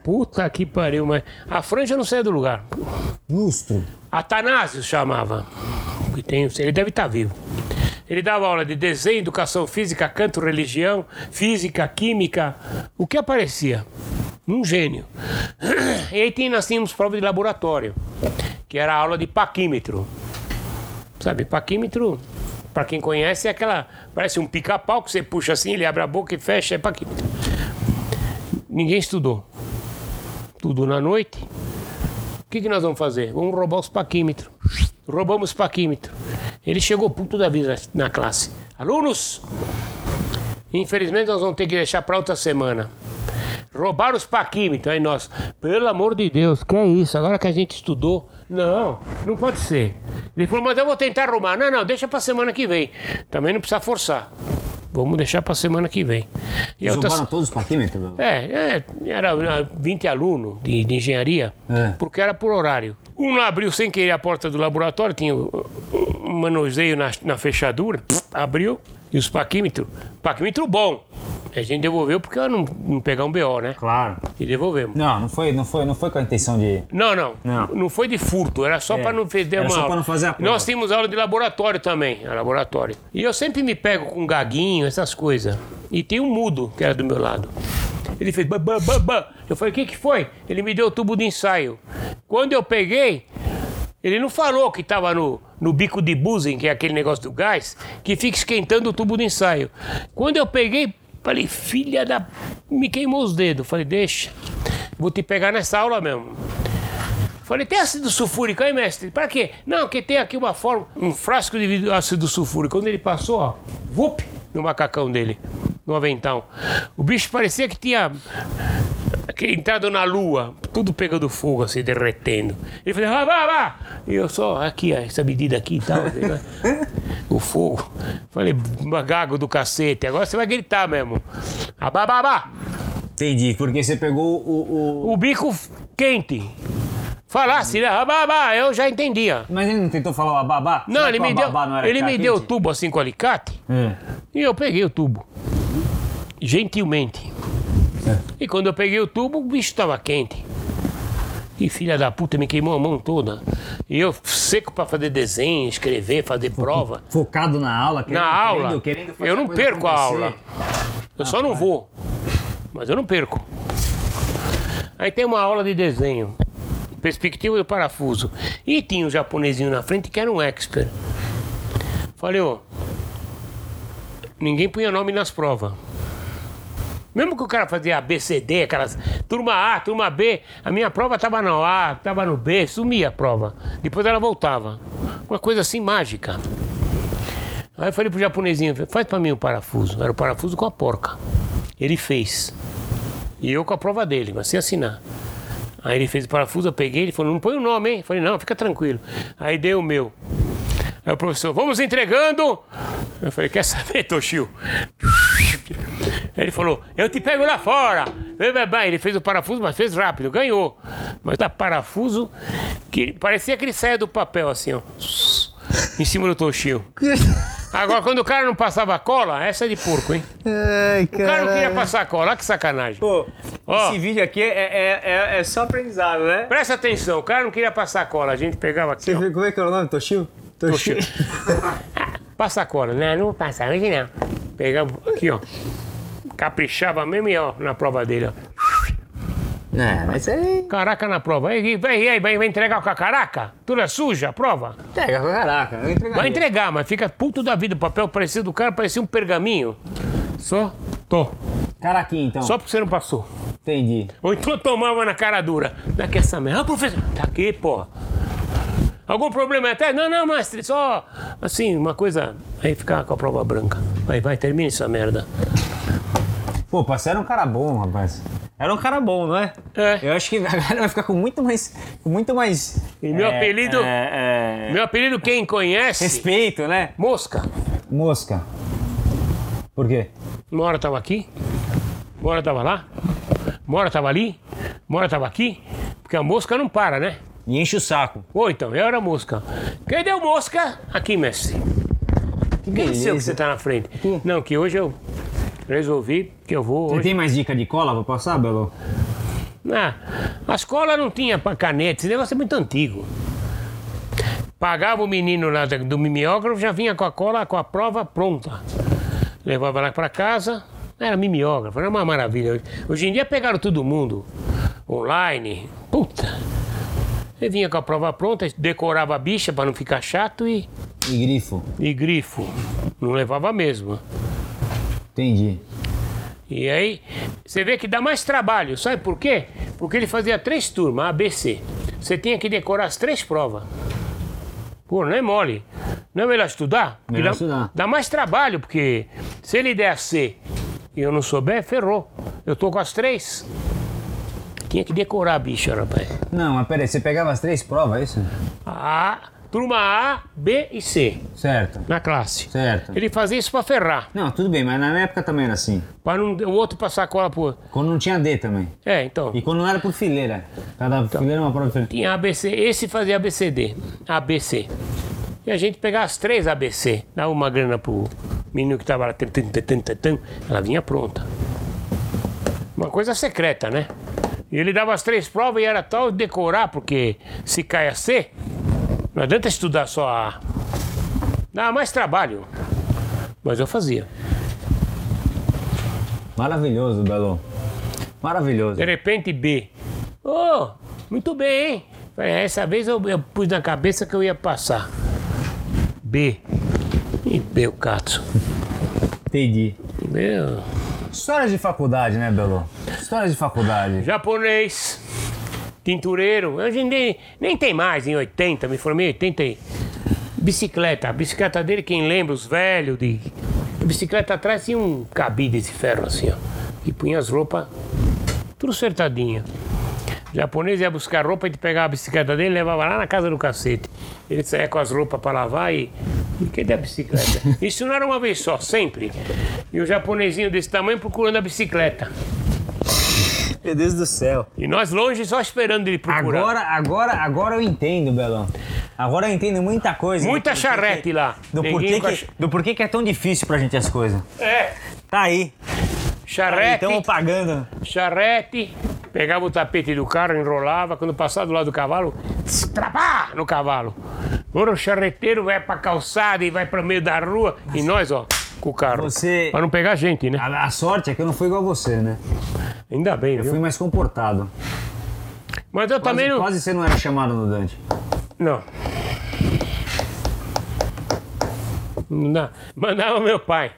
Puta que pariu, mas a franja não saía do lugar.
Lustro.
Atanásio chamava. Que tem, ele deve estar vivo. Ele dava aula de desenho, educação física, canto, religião, física, química, o que aparecia. Um gênio. E aí tem, nós tínhamos prova de laboratório, que era a aula de paquímetro. Sabe, paquímetro, para quem conhece, é aquela. Parece um pica-pau que você puxa assim, ele abre a boca e fecha, é paquímetro. Ninguém estudou. Tudo na noite. O que, que nós vamos fazer? Vamos roubar os paquímetros. Roubamos os paquímetros. Ele chegou puto da vida na classe. Alunos! Infelizmente nós vamos ter que deixar para outra semana. Roubaram os paquímetros. Aí nós, pelo amor de Deus, que é isso? Agora que a gente estudou. Não, não pode ser. Ele falou, mas eu vou tentar arrumar. Não, não, deixa para semana que vem. Também não precisa forçar. Vamos deixar para semana que vem. E a outra-
Zombaram todos os paquímetros, meu?
é, é, era né, 20 alunos de, de engenharia,
É.
porque era por horário. Um lá abriu sem querer a porta do laboratório, tinha um um manuseio na, na fechadura, abriu, e os paquímetros, paquímetro bom. A gente devolveu porque ela não, não pegar um BO, né?
Claro.
E devolvemos.
Não, não foi, não foi, não foi com a intenção de.
Não, não,
Não.
não. foi de furto, era só
É,
para não fazer
era
uma
só
aula.
pra não fazer a prova.
Nós tínhamos aula de laboratório também, a laboratório. E eu sempre me pego com gaguinho, essas coisas. E tem um mudo que era do meu lado. Ele fez bam, bam, bam, bam. Eu falei, o que, que foi? Ele me deu o tubo de ensaio. Quando eu peguei, ele não falou que estava no, no bico de buzem, que é aquele negócio do gás, que fica esquentando o tubo de ensaio. Quando eu peguei, falei, filha da. Me queimou os dedos. Falei, deixa. Vou te pegar nessa aula mesmo. Falei, tem ácido sulfúrico aí, mestre? Pra quê? Não, porque tem aqui uma forma, um frasco de vidro- ácido sulfúrico. Quando ele passou, ó, vup, no macacão dele, no aventão. O bicho parecia que tinha que entrado na lua, tudo pegando fogo, assim, derretendo. Ele falou, vá, vá, vá! E eu só, aqui, ó, essa medida aqui e tal. né? o fogo. Falei, magago do cacete, agora você vai gritar mesmo. Abá, abá, abá!
Entendi, porque você pegou o. o-
O bico f- quente. Falasse, né? Abá, abá, eu já entendia.
Mas ele não tentou falar o ababá?
Não,
Será
ele
que o
me deu,
ababá não era É.
ele me
carpete?
deu o tubo assim com alicate
É.
e eu peguei o tubo. gentilmente. E quando eu peguei o tubo, o bicho estava quente. E filha da puta, me queimou a mão toda. E eu seco pra fazer desenho, escrever, fazer
Uhum.
prova.
Focado na aula. querendo-
Na aula,
querendo- querendo fazer
eu não
coisa
perco a
acontecer.
aula. Eu só não vou. Mas eu não perco. Aí tem uma aula de desenho. Perspectiva do parafuso. E tinha um japonesinho na frente que era um expert. Falei, ó. Ninguém punha nome nas provas. Mesmo que o cara fazia A, B, C, D, aquelas. Turma A, turma B, a minha prova tava no A, tava no B, sumia a prova. Depois ela voltava. Uma coisa assim mágica. Aí eu falei pro japonesinho, faz pra mim o parafuso. Era o parafuso com a porca. Ele fez. E eu com a prova dele, mas sem assinar. Aí ele fez o parafuso, eu peguei, ele falou, não põe o nome, hein? Eu falei, não, fica tranquilo. Aí dei o meu. Aí o professor, vamos entregando! Eu falei, quer saber, (laughs) Toshio? Ele falou, eu te pego lá fora! Bem, bem, bem. Ele fez o parafuso, mas fez rápido, ganhou. Mas tá parafuso que parecia que ele saia do papel assim, ó. Em cima do Toshio. Agora, quando o cara não passava cola, essa é de porco, hein?
Ai,
O cara não queria
cara.
passar cola, olha que sacanagem.
Pô,
Ó.
esse vídeo aqui é, é, é, é só aprendizado, né?
Presta atenção, o cara não queria passar cola, a gente pegava aqui,
Você
ó.
viu como é que é o nome? Toshio?
(laughs)
Toshio. Passa cola, né? Não passa hoje não. Pegava aqui, ó. Caprichava mesmo e ó, na prova dele, ó.
É,
Não, mas aí.
Caraca na prova. Aí, vai, aí, vai, vai entregar com a caraca? Tudo é suja a prova?
Pega, caraca. eu entregaria.
Vai entregar, mas fica puto da vida. O papel parecia do cara, parecia um pergaminho. Só? Tô.
Caraquinha, então.
Só porque você não passou.
Entendi.
Ou então tomava na cara dura. Daqui essa merda. Ah, professor, tá aqui, pô. Algum problema até? Não, não, mestre, só assim, uma coisa. Aí ficava com a prova branca. Vai, vai, termina essa merda.
Pô, parceiro, era um cara bom, rapaz. Era um cara bom, não é?
É.
Eu acho que a galera vai ficar com muito mais. Com muito mais.
E meu
é,
apelido.
é, é,
Meu apelido, quem conhece?
Respeito, né?
Mosca.
Mosca. Por quê?
Uma hora tava aqui, uma hora tava lá, uma hora tava ali, uma hora tava aqui, porque a mosca não para, né?
E enche o saco.
Ou então, eu era mosca. Quem deu mosca? Aqui, mestre.
Que
Quem disse que
beleza.
você tá na frente? Não, que hoje eu resolvi que eu vou.
Você
Hoje...
tem mais dica de cola pra passar, Belo?
Ah, a escola não tinha pa- caneta, esse negócio é muito antigo. Pagava o menino lá da- do mimeógrafo, já vinha com a cola, com a prova pronta. Levava lá para casa, era mimeógrafo, era uma maravilha. Hoje em dia pegaram todo mundo, online, puta. Ele vinha com a prova pronta, decorava a bicha para não ficar chato e,
E grifo.
e grifo. Não levava mesmo.
Entendi.
E aí, você vê que dá mais trabalho, sabe por quê? Porque ele fazia três turmas, ABC. Você tinha que decorar as três provas. Pô, não é mole. Não é melhor estudar? Porque
Melhor
dá,
estudar.
Dá mais trabalho, porque se ele der a C e eu não souber, ferrou. Eu tô com as três. Tinha que decorar a bicha, rapaz.
Não, mas peraí, você pegava as três provas, é isso?
A, turma A, B e C,
Certo,
na classe.
certo.
Ele fazia isso pra ferrar,
Não, tudo bem, mas na minha época também era assim.
pra não, o outro passar cola pro outro.
Quando não tinha D também.
É, então.
E quando não era por fileira. Cada
Então.
fileira é uma prova diferente.
Tinha ABC, esse fazia ABCD, ABC. E a gente pegava as três ABC, dava uma grana pro menino que tava lá, tum, tum, tum, tum, tum, tum, ela vinha pronta. Uma coisa secreta, né? E ele dava as três provas e era tal decorar, porque se cai a C, não adianta estudar só a A. Dá mais trabalho. Mas eu fazia.
Maravilhoso, Belo. Maravilhoso.
De repente, B. Oh, muito bem, hein? Falei, "É, Essa vez eu, eu pus na cabeça que eu ia passar. B. E B, o cato.
Entendi.
Meu.
Histórias de faculdade, né, Belo? Histórias de faculdade.
Japonês. Tintureiro. Hoje nem, nem tem mais, em 80. Me formei em 80. e- Bicicleta. A bicicleta dele, quem lembra, os velhos. De... A bicicleta atrás tinha um cabide de ferro assim, ó. E punha as roupas tudo acertadinho. O japonês ia buscar roupa, a gente pegava a bicicleta dele e levava lá na casa do cacete. Ele saía com as roupas para lavar e. E cadê a bicicleta? Isso não era uma vez só, sempre. E o japonesinho desse tamanho procurando a bicicleta.
Meu Deus do céu.
E nós longe só esperando ele procurar.
Agora, agora, agora eu entendo, Belo. Agora eu entendo muita coisa.
Muita
Do porquê
charrete
que-
lá.
Do
Ninguém
porquê,
com a
que, do porquê que é tão difícil pra gente as coisas.
É,
Tá aí.
Charrete,
Então, pagando.
charrete, pegava o tapete do carro, enrolava, quando passava do lado do cavalo, estrapá no cavalo. Agora o charreteiro vai pra calçada e vai pro meio da rua, e nós, ó, com o carro.
Você-
Pra não pegar gente, né?
A, a sorte é que eu não fui igual a você, né?
Ainda bem,
Eu
viu?
fui mais comportado.
Mas eu também
Quase,
não...
quase você não era chamado no Dante.
Não. Não dá. Mandava meu pai.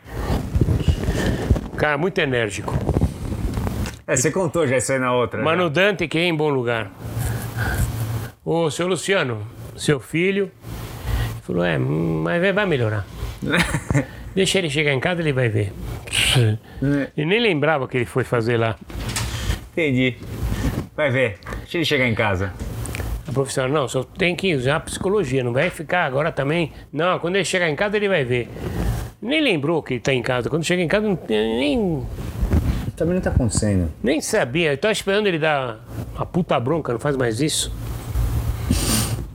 Cara, muito enérgico.
É, você contou já isso aí na outra.
Mano Dante, que é em bom lugar. Ô, seu Luciano, seu filho, falou: é, hum, mas vai- vai melhorar. Deixa ele chegar em casa, ele vai ver.
Né.
E nem lembrava o que ele foi fazer lá.
Entendi. Vai ver. Deixa ele chegar em casa.
A professora, não, só tem que usar a psicologia, não vai ficar agora também. Não, quando ele chegar em casa, ele vai ver. Nem lembrou que ele tá em casa. Quando chega em casa, não tem- nem
Também não tá acontecendo.
Nem sabia, eu tava esperando ele dar uma puta bronca, não faz mais isso.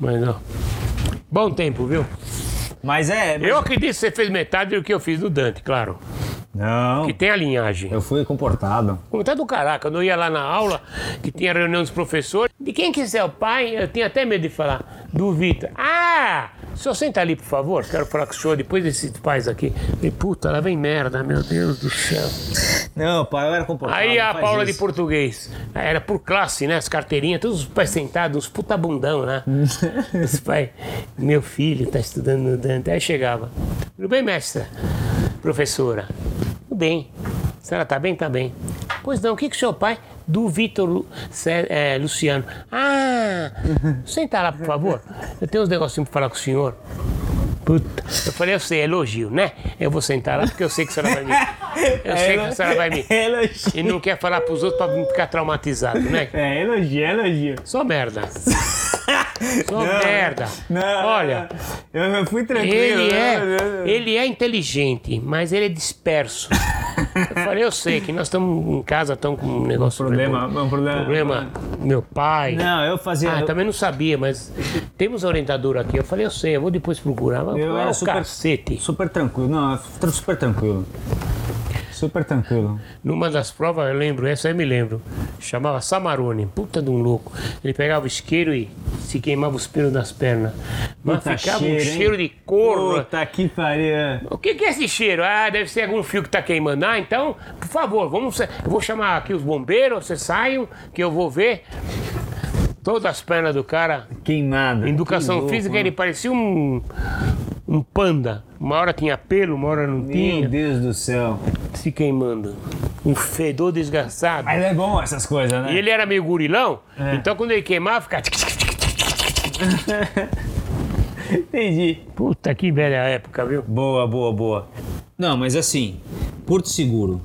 Mas não. Bom tempo, viu?
Mas é.
Eu acredito que você fez metade do que eu fiz no Dante, claro.
Não.
Que tem a linhagem.
Eu fui comportado.
Como tá do caraca, quando eu ia lá na aula, que tinha reunião dos professores, de quem quiser o pai, eu tinha até medo de falar, do Vitor. Ah! Só senta ali, por favor, quero falar com o senhor depois desses pais aqui. E, puta, lá vem merda, meu Deus do céu.
Não, pai, eu era comportado.
Aí
não
a
faz
Paula
isso.
de português. Era por classe, né? As carteirinhas, todos os pais sentados, uns puta bundão,
(laughs)
né? os pais, meu filho tá estudando no Dante. Aí chegava. Tudo bem, mestra? Professora. Tudo bem. A senhora tá bem? Tá bem. Pois não, o que que o seu pai? Do Vitor Lu- Cé- é, Luciano. Ah, senta lá, por favor. Eu tenho uns negocinhos pra falar com o senhor. Puta. Eu falei, eu sei, é elogio, né? Eu vou sentar lá porque eu sei que a senhora vai me. Eu sei que a senhora vai me.
(laughs) É elogio.
E não quer falar pros outros pra não ficar traumatizado, né?
É elogio, é elogio.
Só merda. Só merda.
Não,
Olha,
eu, eu fui tranquilo.
ele
né? Eu-
é, ele é inteligente, mas ele é disperso. Eu falei, eu sei que nós estamos em casa, estamos com um negócio.
Problema, um problema.
Problema, meu pai.
Não, eu fazia.
Ah,
eu-
também não sabia, mas temos orientador aqui. Eu falei, eu sei, eu vou depois procurar. Mas
Eu
é
era
o
super-
cacete.
Super tranquilo. Não, eu tra- super tranquilo. Super tranquilo.
Numa das provas, eu lembro, essa eu me lembro. Chamava Samarone, puta de um louco. Ele pegava o isqueiro e se queimava os pelos das pernas. Mas
Puta
ficava um
cheiro, hein?
cheiro de couro.
Puta que pariu.
O que, que é esse cheiro? Ah, deve ser algum fio que tá queimando. Ah, então, por favor, vamos. sa- Eu vou chamar aqui os bombeiros, vocês saiam, que eu vou ver. Todas as pernas do cara
Queimado.
em educação
Que louco,
física,
mano.
ele parecia um, um panda. Uma hora tinha pelo, uma hora não
Meu
tinha.
Deus do céu.
Se queimando. Um fedor desgraçado.
Mas é bom essas coisas, né?
E ele era meio gurilão,
É.
então quando ele queimava, ficava.
Entendi.
Puta que velha época, viu?
Boa, boa, boa. Não, mas assim, Porto Seguro.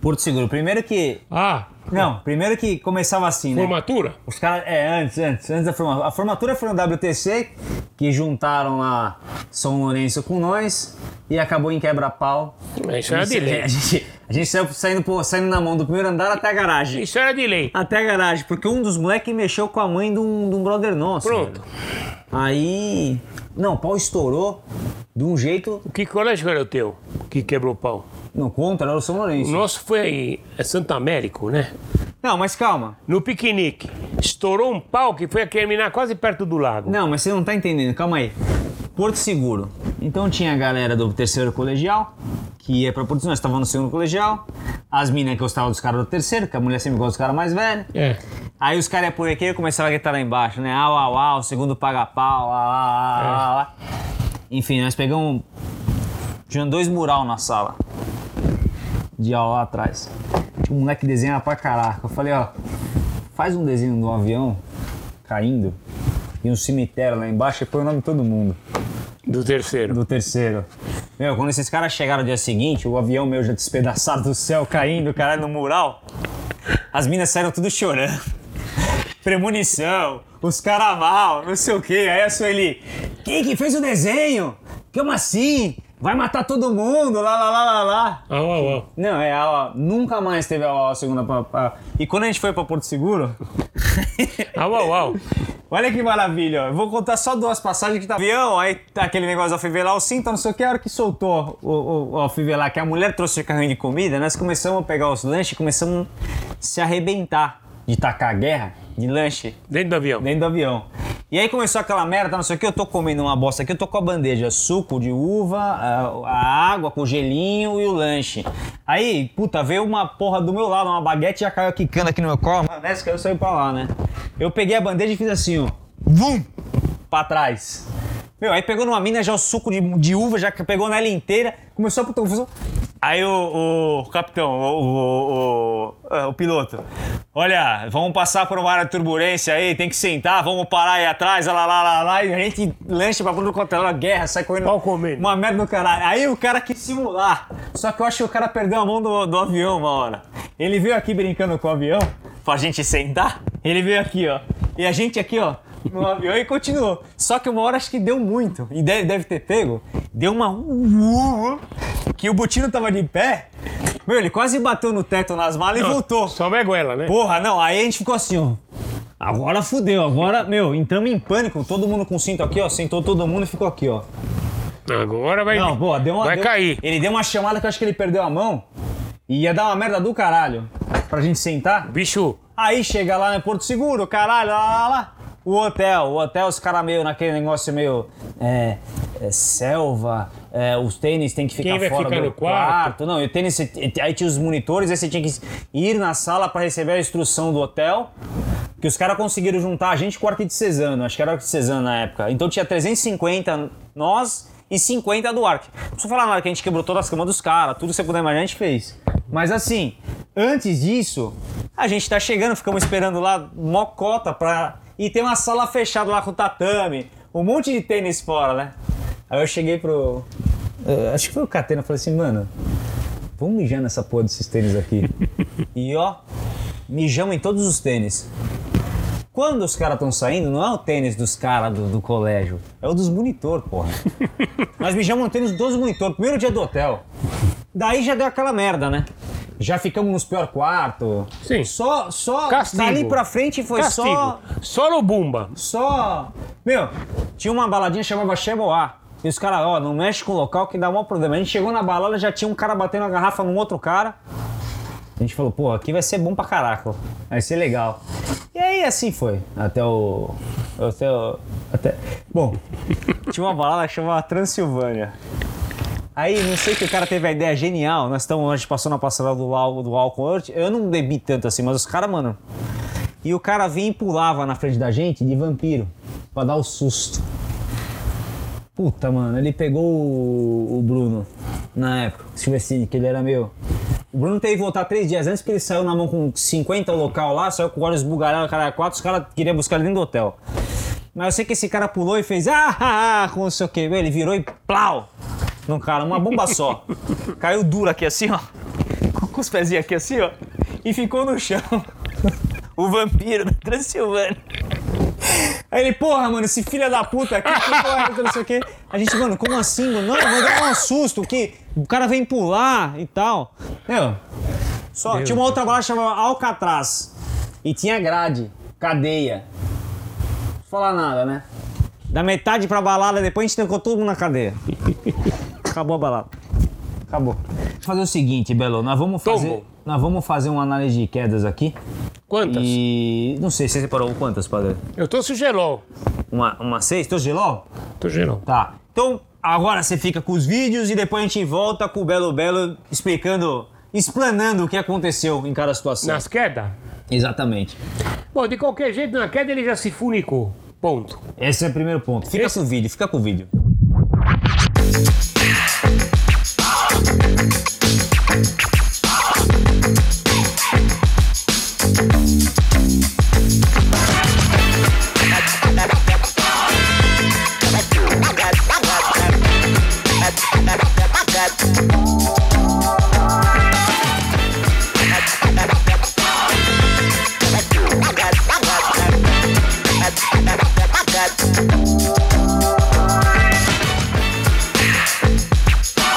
Porto Seguro. Primeiro que.
Ah,
Não, primeiro que começava assim, né?
É. formatura?
Os caras. É, antes, antes, antes da formatura. A formatura foi um no WTC, que juntaram lá São Lourenço com nós e acabou em quebra-pau.
É,
é,
Isso era de
(laughs)
lei.
A gente, a gente saiu saindo, pro- saindo na mão do primeiro andar até a garagem.
Isso era de lei.
Até a garagem, porque um dos moleques mexeu com a mãe de um, de um brother nosso.
Pronto.
velho. Aí. Não, o pau estourou de um jeito.
Que colégio era o teu que quebrou o pau?
Não conta, era o São
O
Lourenço.
nosso foi é Santo Américo, né?
Não, mas calma.
No piquenique. Estourou um pau que foi terminar quase perto do lago.
Não, mas você não tá entendendo, calma aí. Porto Seguro. Então tinha a galera do terceiro colegial, que ia pra Porto Seguro, nós estávamos no segundo colegial. As minas que gostavam dos caras do terceiro, que a mulher sempre gosta dos caras mais velhos.
É.
Aí os caras iam por aqui e começavam a gritar lá embaixo, né? Au, au, au, segundo paga pau, au, au, au, au, au. Enfim, nós pegamos. Tinha dois mural na sala. De aula lá atrás. Tinha um moleque que desenhava pra caraca. Eu falei, ó, faz um desenho de um avião caindo e um cemitério lá embaixo e põe o nome de todo mundo.
Do terceiro.
Do terceiro. Meu, quando esses caras chegaram no dia seguinte, o avião meu já despedaçado do céu, caindo, caralho, no mural. As minas saíram tudo chorando. (laughs) Premonição, os caras mal, não sei o quê. Aí a Sueli, quem que fez o desenho? Como assim? Vai matar todo mundo, lá, lá, lá, lá, lá.
Ah, ah, ah.
Não, é aula. Nunca mais (laughs) teve aula segunda. Pra, pra- E quando a gente foi pra Porto Seguro,
Au, au, au.
Olha que maravilha, ó. Eu vou contar só duas passagens que tá avião, aí tá aquele negócio de alfivelar o cinto, não sei o que, a hora que soltou o, o, o alfivelar, que a mulher trouxe o carrinho de comida, nós começamos a pegar os lanches e começamos a se arrebentar de tacar a guerra de lanche
Dentro do avião.
dentro do avião. E aí começou aquela merda, não sei o que, eu tô comendo uma bosta aqui, eu tô com a bandeja, suco de uva, a, a água com gelinho e o lanche. Aí, puta, veio uma porra do meu lado, uma baguete já caiu quicando aqui no meu colo, mano, essa que eu saí pra lá, né? Eu peguei a bandeja e fiz assim, ó, vum, pra trás. Meu, aí pegou numa mina já o suco de, de uva, já que pegou nela inteira, começou a puta confusão. Aí o, o capitão, o, o, o- é, o piloto, olha, vamos passar por uma área de turbulência aí, tem que sentar, vamos parar aí atrás, lá, lá, lá, lá, lá, e a gente lancha pra tudo quanto é lado, guerra, sai correndo.
Pau comendo.
Uma merda do caralho. Aí o cara quis simular, só que eu acho que o cara perdeu a mão do, do avião uma hora. Ele veio aqui brincando com o avião, pra gente sentar, ele veio aqui, ó, e a gente aqui, ó, no avião e continuou. Só que uma hora acho que deu muito, e deve, deve ter pego, deu uma. Que o Butino tava de pé, meu, ele quase bateu no teto nas malas e voltou.
Só a goela, né?
Porra, não, aí a gente ficou assim, ó. Agora fudeu, agora, meu, entramos em pânico, todo mundo com cinto aqui, ó, sentou todo mundo e ficou aqui, ó.
Agora vai.
Não, boa, deu uma.
Vai
deu-
cair.
Ele deu uma chamada que eu acho que ele perdeu a mão e ia dar uma merda do caralho pra gente sentar.
Bicho,
Aí chega lá no Porto Seguro, caralho, lá, lá, lá. O hotel, o hotel, os caras meio naquele negócio meio. É, é selva, é, os tênis tem que ficar
Quem vai
fora
ficar
do
no quarto?
Então, Não, e o tênis, aí tinha os monitores, aí você tinha que ir na sala pra receber a instrução do hotel. Que os caras conseguiram juntar a gente com o Arque de Cesano, acho que era o Arque de Cesano na época. Então tinha 350 nós e 50 do Arque. Não preciso falar nada que a gente quebrou todas as camas dos caras, tudo que você puder imaginar a gente fez. Mas assim, antes disso, a gente tá chegando, ficamos esperando lá mocota pra. E tem uma sala fechada lá com tatame, um monte de tênis fora, né? Aí eu cheguei pro. eh, acho que foi o Catena, eu falei assim, mano, vamos mijar nessa porra desses tênis
(laughs)
aqui. e ó, mijamos em todos os tênis. Quando os caras estão saindo, não é o tênis dos caras do, do colégio, é o dos monitor,
(laughs)
porra. Nós mijamos no tênis dos monitor, primeiro dia do hotel. Daí já deu aquela merda, né? Já ficamos nos pior quarto.
Sim.
Só, só
Castigo.
dali pra frente foi
castigo.
só
Só no bumba.
só. Meu, tinha uma baladinha que chamava Cheboá. E os caras, ó, não mexe com o local que dá um problema. A gente chegou na balada, já tinha um cara batendo a garrafa num outro cara. A gente falou, pô, aqui vai ser bom pra caraca. Vai ser legal. E aí assim foi. Até o. Até o. Até. Bom, tinha uma balada que chamava Transilvânia. Aí, não sei que o cara teve a ideia genial. Nós estamos, a gente passou na passarela do, álcool- do álcool. Eu- Eu não bebi tanto assim, mas os caras, mano, e o cara vinha e pulava na frente da gente de vampiro, pra dar o susto. Puta, mano, ele pegou o, o Bruno na época, o Silvestrini, que ele era meu. O Bruno teve que voltar três dias antes, porque ele saiu na mão com 50 local lá, saiu com olhos bugalhados, cara, quatro, os caras queriam buscar ele dentro do hotel. Mas eu sei que esse cara pulou e fez, ah, ah, ah", com não sei o que, ele virou e plau! Num cara, uma bomba só. (laughs) Caiu duro aqui assim, ó, com com os pezinhos aqui assim, ó, e ficou no chão. O vampiro da Transilvânia. Aí ele, porra, mano, esse filho da puta aqui, que porra, que não sei o quê. A gente, mano, como assim, mano? Não, vai dar um susto, que o cara vem pular e tal. Meu, só, tinha uma outra agora que chamava Alcatraz. E tinha grade, cadeia. Não falar nada, né? Da metade pra balada, depois a gente trancou todo mundo na (laughs) cadeia. Acabou a balada. Acabou. Vamos fazer o seguinte, Belo, nós vamos fazer...
Tombo.
Nós vamos fazer uma análise de quedas aqui.
Quantas?
E não sei, você separou quantas, padre?
Eu trouxe o gelol.
Uma, uma seis? Tô gelol?
Tô gelol.
Tá. Então, agora você fica com os vídeos e depois a gente volta com o Belo Belo explicando, explanando o que aconteceu em cada situação.
Nas quedas?
Exatamente.
Bom, de qualquer jeito, na queda ele já se funicou. Ponto.
Esse é o primeiro ponto. Fica com o vídeo, fica com o vídeo.
Thank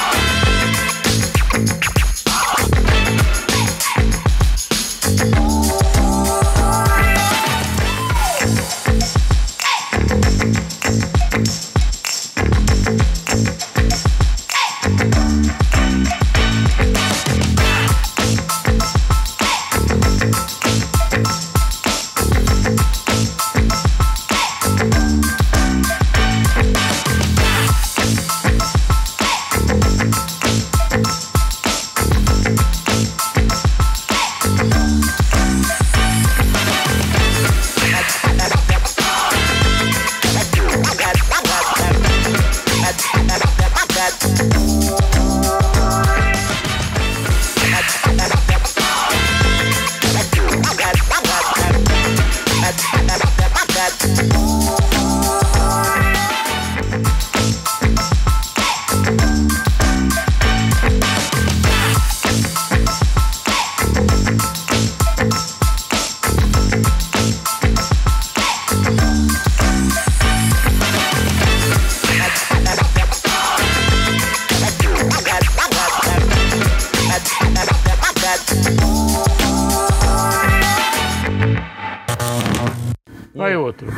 outro.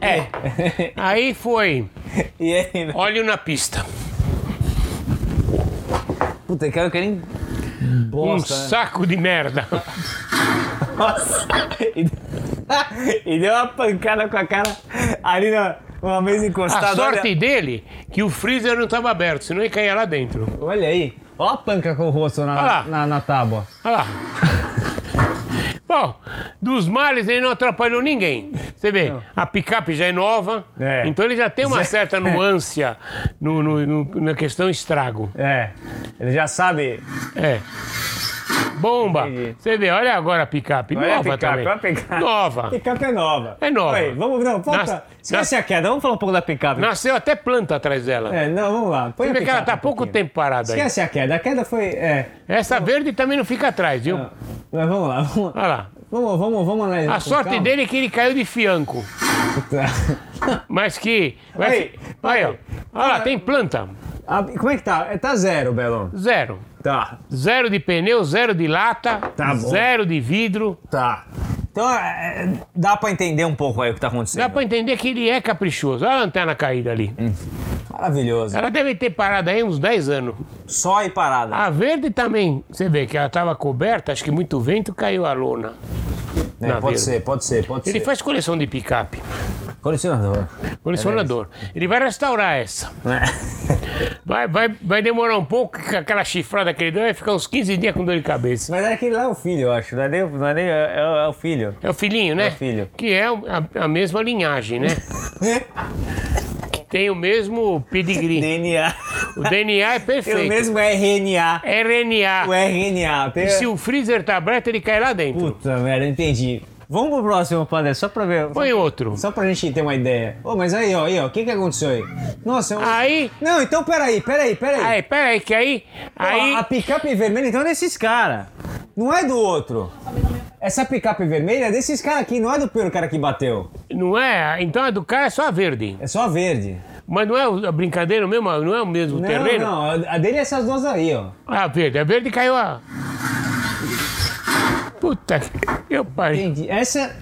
É. (laughs) Aí foi
E aí, né?
óleo na pista.
Puta, cara, eu quero nem.
Um
Bosta, né?
saco de merda.
Nossa. (laughs) E deu- e deu uma pancada com a cara ali na. Uma mesa encostada.
A Ah, sorte
tá, Olha,
dele que o freezer não estava aberto, senão ele caía lá dentro.
olha aí. Ó a panca com o rosto
Olha
na,
lá.
na, na tábua.
Olha lá. Bom, dos males ele não atrapalhou ninguém. Você vê, a picape já é nova,
É.
então ele já tem uma certa nuância no- no- no- na questão estrago.
É. Ele já sabe.
É. Bomba.
Entendi.
Você vê, olha agora a picape
Olha a
nova
picape,
também.
olha a picape.
Nova.
Picape é nova.
É nova.
Oi, vamos, não,
Nas-
falta. Esquece a queda, vamos falar um pouco da picape.
Nasceu até planta atrás dela.
É, não, vamos lá. Põe
Você
a
vê que ela
picape
tá há
um
pouco
pouquinho.
tempo parada aí.
Esquece a queda, a queda foi. É.
Essa verde também não fica atrás, viu?
não, Mas vamos lá, vamos lá.
Olha lá.
Vamos, vamos, vamos analisar.
A
Ah. com
sorte
(laughs) calma.
dele é que ele caiu de fianco.
Tá.
Mas que. vai
Aí,
fi- olha, aí, ó. olha lá, tem planta.
Ah, Como é que tá? É, Tá zero, Belão.
Zero.
Tá,
Zero de pneu, zero de lata,
Tá bom.
zero de vidro.
tá.
Então, é, é, dá pra entender um pouco aí o que tá acontecendo.
Dá pra entender que ele é caprichoso. Olha a lanterna caída ali.
Maravilhoso.
Ela deve ter parado aí uns 10 anos.
Só e parada.
A verde também, você vê que ela estava coberta, acho que muito vento, caiu a lona.
É,
na
pode
verde.
ser, pode ser, pode
Ele
ser.
faz coleção de picape,
Colecionador.
colecionador.
É
Ele vai restaurar essa. Vai, vai, vai demorar um pouco, que aquela chifrada que ele deu vai ficar uns 15 dias com dor de cabeça.
(laughs) Mas é aquele lá é o filho, eu acho. Não é nem, não é, nem é, é- é o filho. (laughs)
É o filhinho, né?
É o filho.
Que é a, a mesma
(laughs)
linhagem, né? que tem o mesmo pedigree.
DNA.
O DNA é
Tem o
perfeito.
mesmo RNA. O
RNA.
RNA. Tem...
Se o freezer tá aberto, ele cai lá dentro.
Puta merda, entendi. Vamos pro próximo, Padre, só pra ver.
Põe outro.
Só pra gente ter uma ideia. Ô, mas aí, ó, aí, ó, o que que aconteceu aí? Nossa, eu...
Aí,
Não, então peraí, peraí, peraí.
Ah. aí, peraí, que aí. Aí.
A, a picape vermelha, então, é desses caras. Não é do outro. Essa picape vermelha é desses caras aqui, não é do primeiro cara que bateu.
Não é? Então a do cara é só a verde.
É só a verde.
Mas não é o- a brincadeira mesmo? Não é o mesmo
não,
terreno?
não, a- a dele é essas duas aí, ó.
Ah, A verde. A verde caiu a. Puta que eu parei.
Entendi. Essa.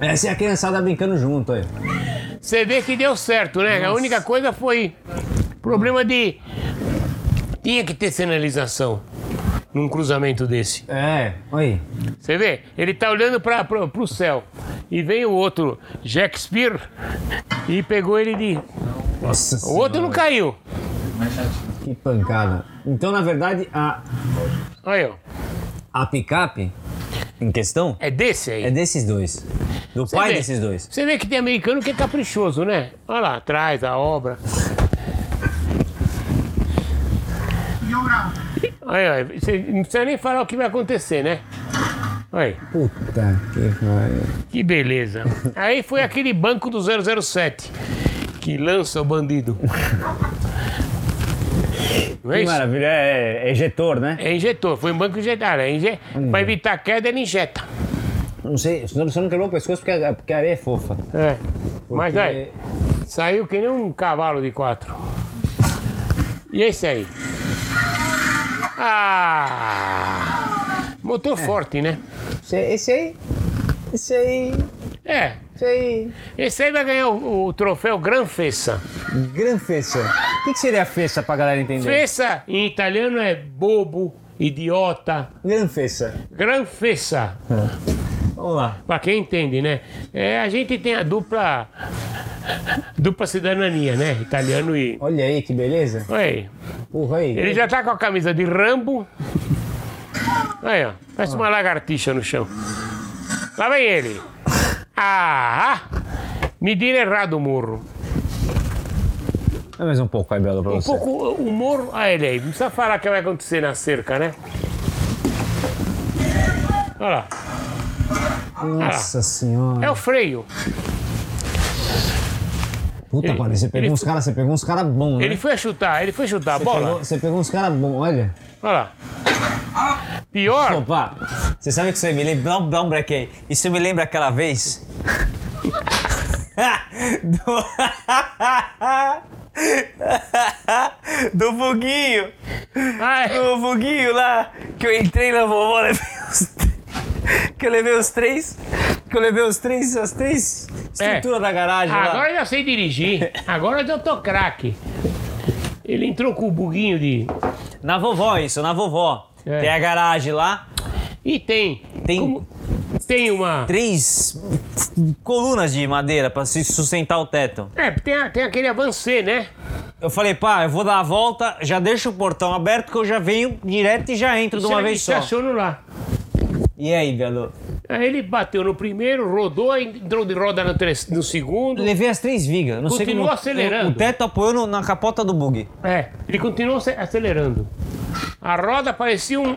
Essa é a criançada brincando junto aí.
Você vê que deu certo, né? A única coisa foi problema de. Tinha que ter sinalização num cruzamento desse.
É, oi.
Você vê? Ele tá olhando pra, pro, pro céu. E vem o outro, Jack Spear, e pegou ele de.
Nossa
O outro não caiu.
que pancada. Então, na verdade, a,
Olha, ó.
a picape em questão
é desse aí.
é desses dois. Do
Você
pai
vê-
desses dois.
Você vê que tem americano que é caprichoso, né? Olha lá, atrás, a obra. Olha, olha, você não precisa nem falar o que vai acontecer, né? Olha, aí,
Puta que pariu.
que beleza. Aí foi aquele banco do 007 que lança o bandido. Não é
Que
isso?
maravilha, é, é ejetor, né?
É injetor, foi um banco injetário. É inje...
Hum.
Pra evitar a queda, ele injeta.
Não sei, você não- você não quebrou o pescoço porque a, porque a areia é fofa.
É. Mas
Porque-
aí, saiu que nem um cavalo de quatro. E é isso aí. Ah! Motor forte, né?
Esse, esse aí. Esse aí.
É.
Esse aí.
Esse aí vai ganhar o, o troféu Gran Fessa.
Gran feça. O que, que seria feça pra galera entender?
Fessa em italiano é bobo, idiota.
Gran feça.
Gran Fessa.
Vamos lá.
Pra quem entende, né? É, a gente tem a dupla. dupla cidadania, né? Italiano e.
Olha aí que beleza.
Oi.
Porra aí.
Ele já tá com a camisa de Rambo. Aí, ó. Parece uma lagartixa no chão. Lá vem ele. Ah! Medir errado o morro.
É mais um pouco aí, Belo, pra
Um
você.
pouco o morro. Ah, ele aí. Não precisa falar o que vai acontecer na cerca, né? Olha lá.
Nossa senhora.
Ah. É o freio.
Puta,
ele-
mano, você pegou
ele-
uns caras, você pegou uns caras bons, né?
Ele foi chutar, ele foi chutar a
Você
bola.
pegou- Você pegou uns caras bons, olha.
Olha lá. Pior.
Opa,
Você sabe que isso aí me lembra. Dá um, dá um break aí. Isso me lembra aquela
(laughs)
vez. do. do Foguinho.
Ah, é.
Do Foguinho lá. Que eu entrei na vovó. levei uns-
Que eu levei os três. Que eu levei os três, as três estruturas da garagem lá.
É. Ah, Agora eu já sei dirigir. Agora eu já tô craque. Ele entrou com o buguinho de.
Na vovó, isso, na vovó.
É.
Tem a garagem lá,
E tem.
Tem-
Tem uma.
três colunas de madeira pra se sustentar o teto.
É, tem, a- tem aquele avancê, né?
Eu falei, pá, eu vou dar a volta, já deixo o portão aberto que eu já venho direto e já entro de uma
Você
vez só.
estacionou lá.
E aí, Bialu?
Aí ele bateu no primeiro, rodou, entrou de roda no, tre- no segundo.
Levei as três vigas, não sei
Continua
como.
acelerando.
O teto apoiou no- na capota do bug.
É, ele continuou ace- acelerando. A roda parecia um.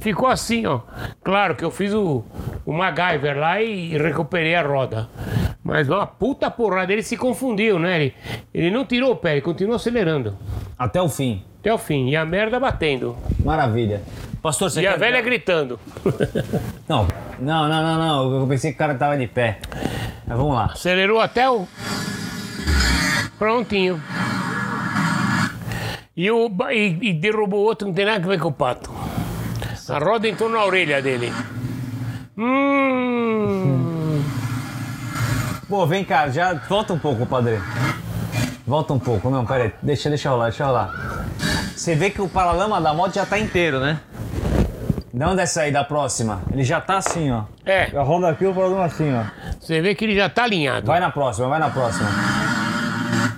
Ficou assim, ó. Claro que eu fiz o, o MacGyver lá e recuperei a roda. Mas uma puta porrada, ele se confundiu, né? Ele, ele não tirou o pé, ele continuou acelerando.
Até o fim.
Até o fim. E a merda batendo.
Maravilha. Pastor, você
E a
quer-
velha gritando.
Não, não, não, não, não. Eu pensei que o cara tava de pé. Mas vamos lá.
Acelerou até o. Prontinho. E, o, ba- e, e derrubou outro, não tem nada a ver com o pato. A roda entrou na orelha dele. Hum.
Pô, vem cá, já volta um pouco, padre. Volta um pouco, não, peraí. Deixa, deixa rolar, deixa rolar. Você vê que o paralama da moto já tá inteiro, né? Não dessa aí, da próxima. Ele já tá assim, ó.
É,
A roda aqui, o paralama assim, ó.
você vê que ele já tá alinhado.
Vai na próxima, vai na próxima.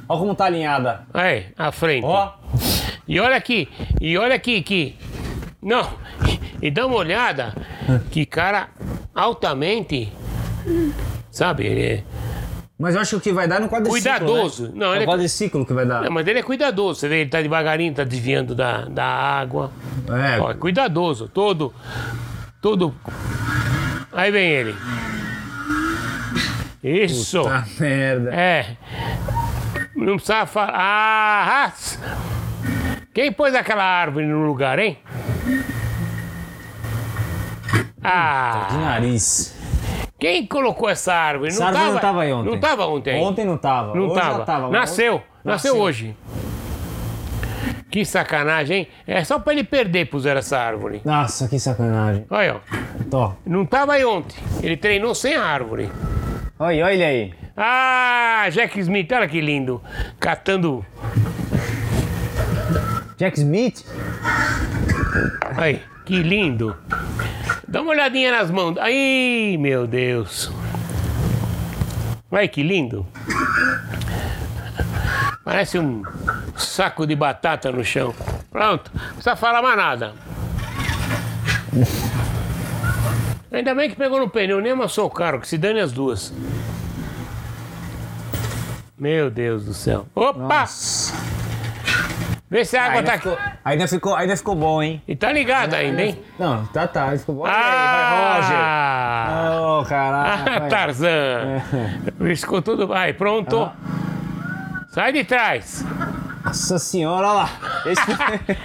Ó como tá alinhada.
Aí, à frente.
Ó.
E olha aqui, e olha aqui, que. Não, e dá uma olhada, que cara altamente. Sabe, ele é.
Mas eu acho que o que vai dar é no quadriciclo,
Cuidadoso.
Né?
Não,
é o
ele é-
quadriciclo que vai dar.
Não, mas ele é cuidadoso, você vê, ele tá devagarinho, tá desviando da, da água.
É, (laughs)
Ó, é cuidadoso, todo. Todo. Aí vem ele. Isso!
ah, merda.
É. Não precisava falar. Ah! as- Quem pôs aquela árvore no lugar, hein?
De
Ah!
nariz.
Quem colocou essa árvore?
Essa árvore não tava aí ontem.
Não tava ontem.
Ontem não tava.
Não
Hoje já
tava.
tava.
Nasceu. Nasceu
Nasceu.
hoje. Que sacanagem, hein? É só pra ele perder, puseram essa árvore.
Nossa, que sacanagem.
Olha, ó.
Tó.
Não tava aí ontem. Ele treinou sem a árvore.
Olha, olha ele aí.
Ah, Jack Smith, olha que lindo. Catando.
Jack Smith?
Aí, que lindo. Dá uma olhadinha nas mãos. Ai, meu Deus. Olha que lindo. Parece um saco de batata no chão. Pronto, não precisa falar mais nada. Ainda bem que pegou no pneu, nem amassou o carro, que se dane as duas. Meu Deus do céu. Opa! Vê se a água
ainda,
tá aqui.
ficou, ainda, ficou, ainda ficou bom, hein?
E tá ligado ainda, hein?
Não, tá, tá. Ele ficou bom. Olha aí,
Ah!
vai, Roger. Ô,
(laughs) Ah,
caralho.
Tarzan!
É.
Riscou tudo. Vai, pronto.
Ah.
Sai de trás.
Nossa senhora, olha lá. Esse-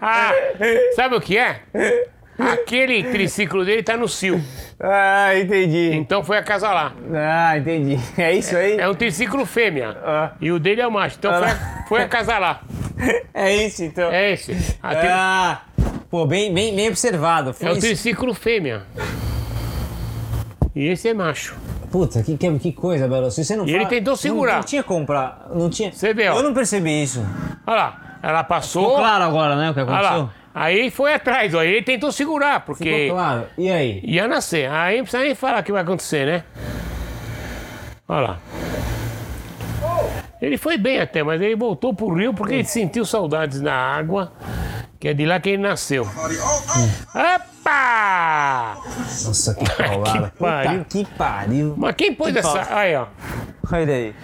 Ah, sabe o que é? Aquele triciclo dele tá no cio.
(laughs) ah, entendi.
Então foi a casa lá.
Ah, entendi. É isso aí?
É um triciclo fêmea.
Ah.
E o dele é o macho. Então foi a, foi a casa lá.
(laughs) É isso, então.
É esse. A tri-
Ah, pô, bem, bem, bem observado.
É
Foi
o
isso.
triciclo fêmea. E esse é macho.
Puta, que, que, que coisa, Belo. Se você não
E ele
fala-
tentou segurar.
Não, não tinha comprar. Não tinha.
Você vê, ó.
Eu não percebi isso.
Olha lá. Ela passou.
claro agora, né? O que
Olha
aconteceu?
lá. Aí foi atrás, ó. Ele tentou segurar, porque.
Ficou claro. E aí?
Ia nascer. Aí não precisa nem falar o que vai acontecer, né? Olha lá. Ele foi bem até, mas ele voltou pro rio porque ele sentiu saudades da água, que é de lá que ele nasceu. Opa!
Nossa,
(laughs)
que paulada.
pariu.
Puta que pariu.
Mas quem pôs
Que
essa.
falta.
Aí, ó.
Olha ele aí.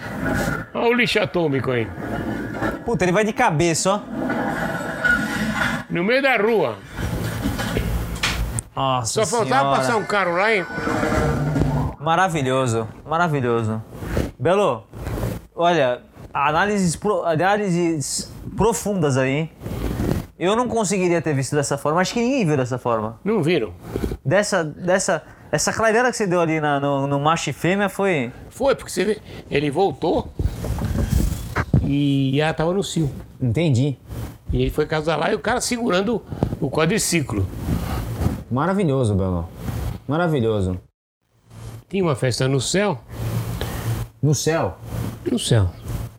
Olha o lixo atômico aí.
Puta, ele vai de cabeça, ó.
No meio da rua.
Nossa
Só faltava
senhora.
passar um carro lá, hein?
Maravilhoso, maravilhoso. Belo, olha, análises, pro- análises profundas aí. hein? Eu não conseguiria ter visto dessa forma. Acho que ninguém viu dessa forma.
Não viram.
Dessa, dessa, essa clareira que você deu ali na- no, no macho e fêmea foi...
Foi, porque você vê. Ele voltou e ela tava no cio.
Entendi.
E ele foi casar lá e o cara segurando o quadriciclo.
Maravilhoso, Belo. Maravilhoso.
Tinha uma festa no céu.
No céu?
No céu.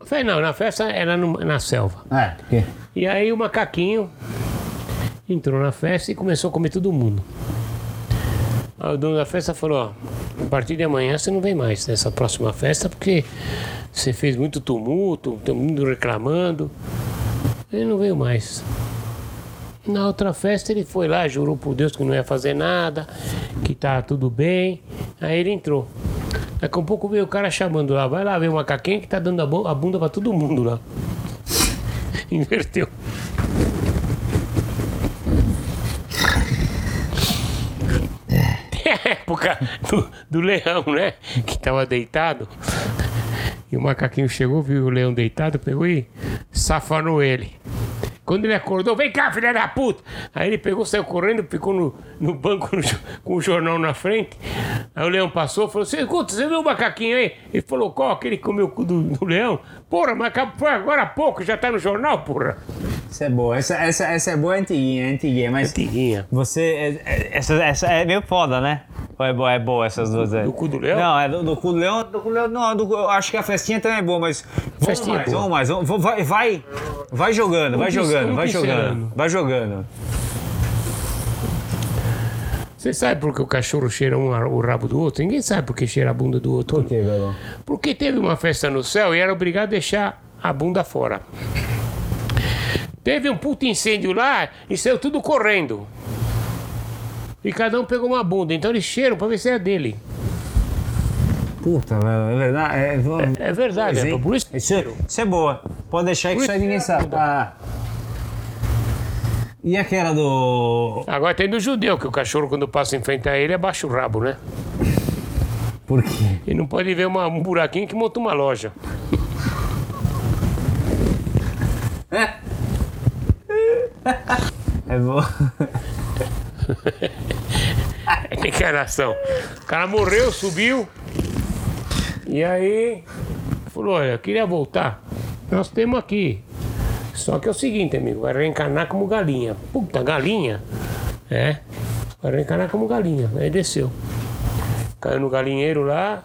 Fe- Não, na festa era no- na selva.
É, porque.
E aí o macaquinho entrou na festa e começou a comer todo mundo. Aí o dono da festa falou, ó, a partir de amanhã você não vem mais nessa próxima festa porque você fez muito tumulto, tem um mundo reclamando. Ele não veio mais. Na outra festa ele foi lá, jurou por Deus que não ia fazer nada, que tá tudo bem. Aí ele entrou. Daqui a pouco veio o cara chamando lá, vai lá ver o macaquinho que tá dando a bu- a bunda pra todo mundo lá. Inverteu. É a época do, do leão, né? Que tava deitado. E o macaquinho chegou, viu o leão deitado, pegou e safanou ele. Quando ele acordou, vem cá, filha da puta! Aí ele pegou, saiu correndo, ficou no, no banco no jo- com o jornal na frente. Aí o leão passou, falou assim: escuta, você viu o macaquinho aí? Ele falou: qual? Aquele que comeu o cu do, do leão? Porra, mas acabou- foi agora há pouco, já tá no jornal, porra!
Essa é boa. Essa, essa, essa é boa é antiguinha, é antiguinha, mas.
Tiguinha.
Você. é- é- Essa, essa é meio foda, né? Ou é boa, é boa essas duas aí?
Do cu do leão?
Não, é do, do cu do leão. Do cu do leão não, do, cu- eu acho que a festinha também é boa, mas. Vamos
Festinha é
mais,
boa.
vamos mais. Vamos, vamos- vai, vai, vai jogando, vai
Vamos pis-
jogando,
vamos
vai jogando.
pincelando.
Vai jogando.
Você sabe por que o cachorro cheira um a- o rabo do outro? Ninguém sabe por que cheira a bunda do outro. Por quê,
Belão?
Porque teve uma festa no céu e era obrigado a deixar a bunda fora. Teve um puto incêndio lá e saiu tudo correndo. E cada um pegou uma bunda, então eles cheiram pra ver se é a dele.
Puta, velho, é verdade. É, vamos-
É verdade,
Pois,
é
hein?
por isso que
Isso, isso é boa. Pode deixar que isso aí ninguém sabe.
é
Ah. E aquela do.
Agora tem do judeu, que o cachorro quando passa em frente a ele abaixa o rabo, né?
Por quê?
E não pode ver uma- um buraquinho que monta uma loja.
É boa.
Que (laughs) encarnação. O cara morreu, subiu. E aí. Falou: olha, eu queria voltar. Nós temos aqui. Só que é o seguinte, amigo, vai reencarnar como galinha. Puta, galinha? É. Vai reencarnar como galinha. Aí desceu. Caiu no galinheiro lá.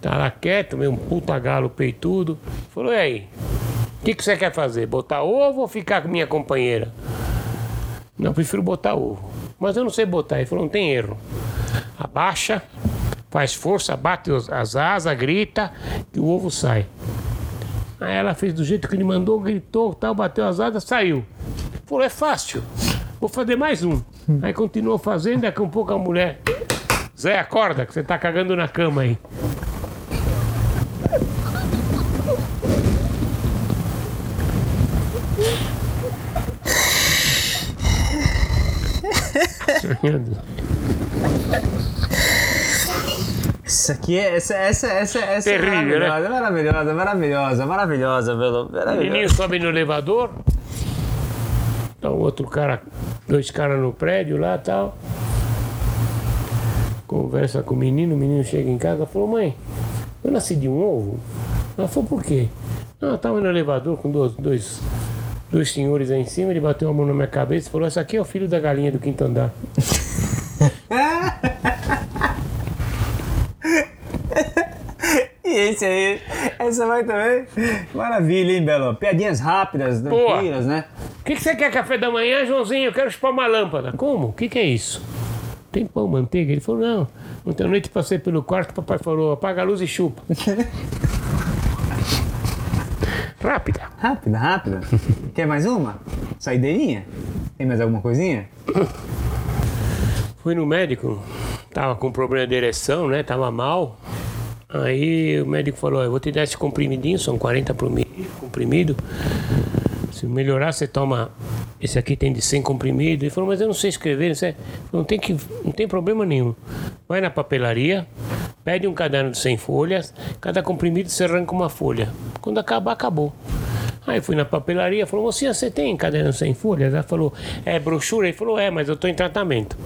Tá lá quieto, meio um puta galo peitudo. Falou, e aí? O que, que você quer fazer? Botar ovo ou ficar com minha companheira? Não, eu prefiro botar ovo. Mas eu não sei botar. Ele falou, não tem erro. Abaixa, faz força, bate os- as asas, grita, que o ovo sai. Aí ela fez do jeito que ele mandou, gritou, tal, bateu as asas, saiu. Falou, é fácil. Vou fazer mais um. Aí continuou fazendo, daqui a um pouco a mulher. Zé, acorda, que você tá cagando na cama aí. (laughs)
Isso aqui é. Essa, essa, essa, essa é
Terrível, né?
maravilhosa, maravilhosa, maravilhosa, maravilhosa, Belão.
menininho
Maravilhosa.
sobe no elevador. Tá um outro cara, dois caras no prédio lá e tal. Conversa com o menino, o menino chega em casa e falou, mãe, eu nasci de um ovo. Ela falou, por quê? Não, eu tava no elevador com dois, dois, dois senhores aí em cima, ele bateu a mão na minha cabeça e falou, esse aqui é o filho da galinha do quinto andar.
E esse aí, essa vai também. Maravilha, hein, Belão? Piadinhas rápidas, tranquilas, né?
O que, que você quer café da manhã, Joãozinho? Eu quero chupar uma lâmpada. Como? O que, que é isso? Tem pão, manteiga? Ele falou, não. Ontem à noite passei pelo quarto, papai falou, apaga a luz e chupa. Rápida.
Rápida,
(laughs)
rápida. Quer mais uma? Saideirinha? Tem mais alguma coisinha?
Fui no médico, tava com problema de ereção, né? Tava mal. Aí o médico falou, "Ó, eu vou te dar esse comprimidinho, são 40 promi- comprimido. Se melhorar, você toma. Esse aqui tem de 100 comprimido. Ele falou, mas eu não sei escrever, não, sei. não tem que, não tem problema nenhum. Vai na papelaria, pede um caderno de 100 folhas, cada comprimido você arranca uma folha. Quando acabar, acabou. Aí fui na papelaria, falou, mocinha, você tem caderno de 100 folhas? Ela falou, é brochura? Ele falou, é, mas eu estou em tratamento.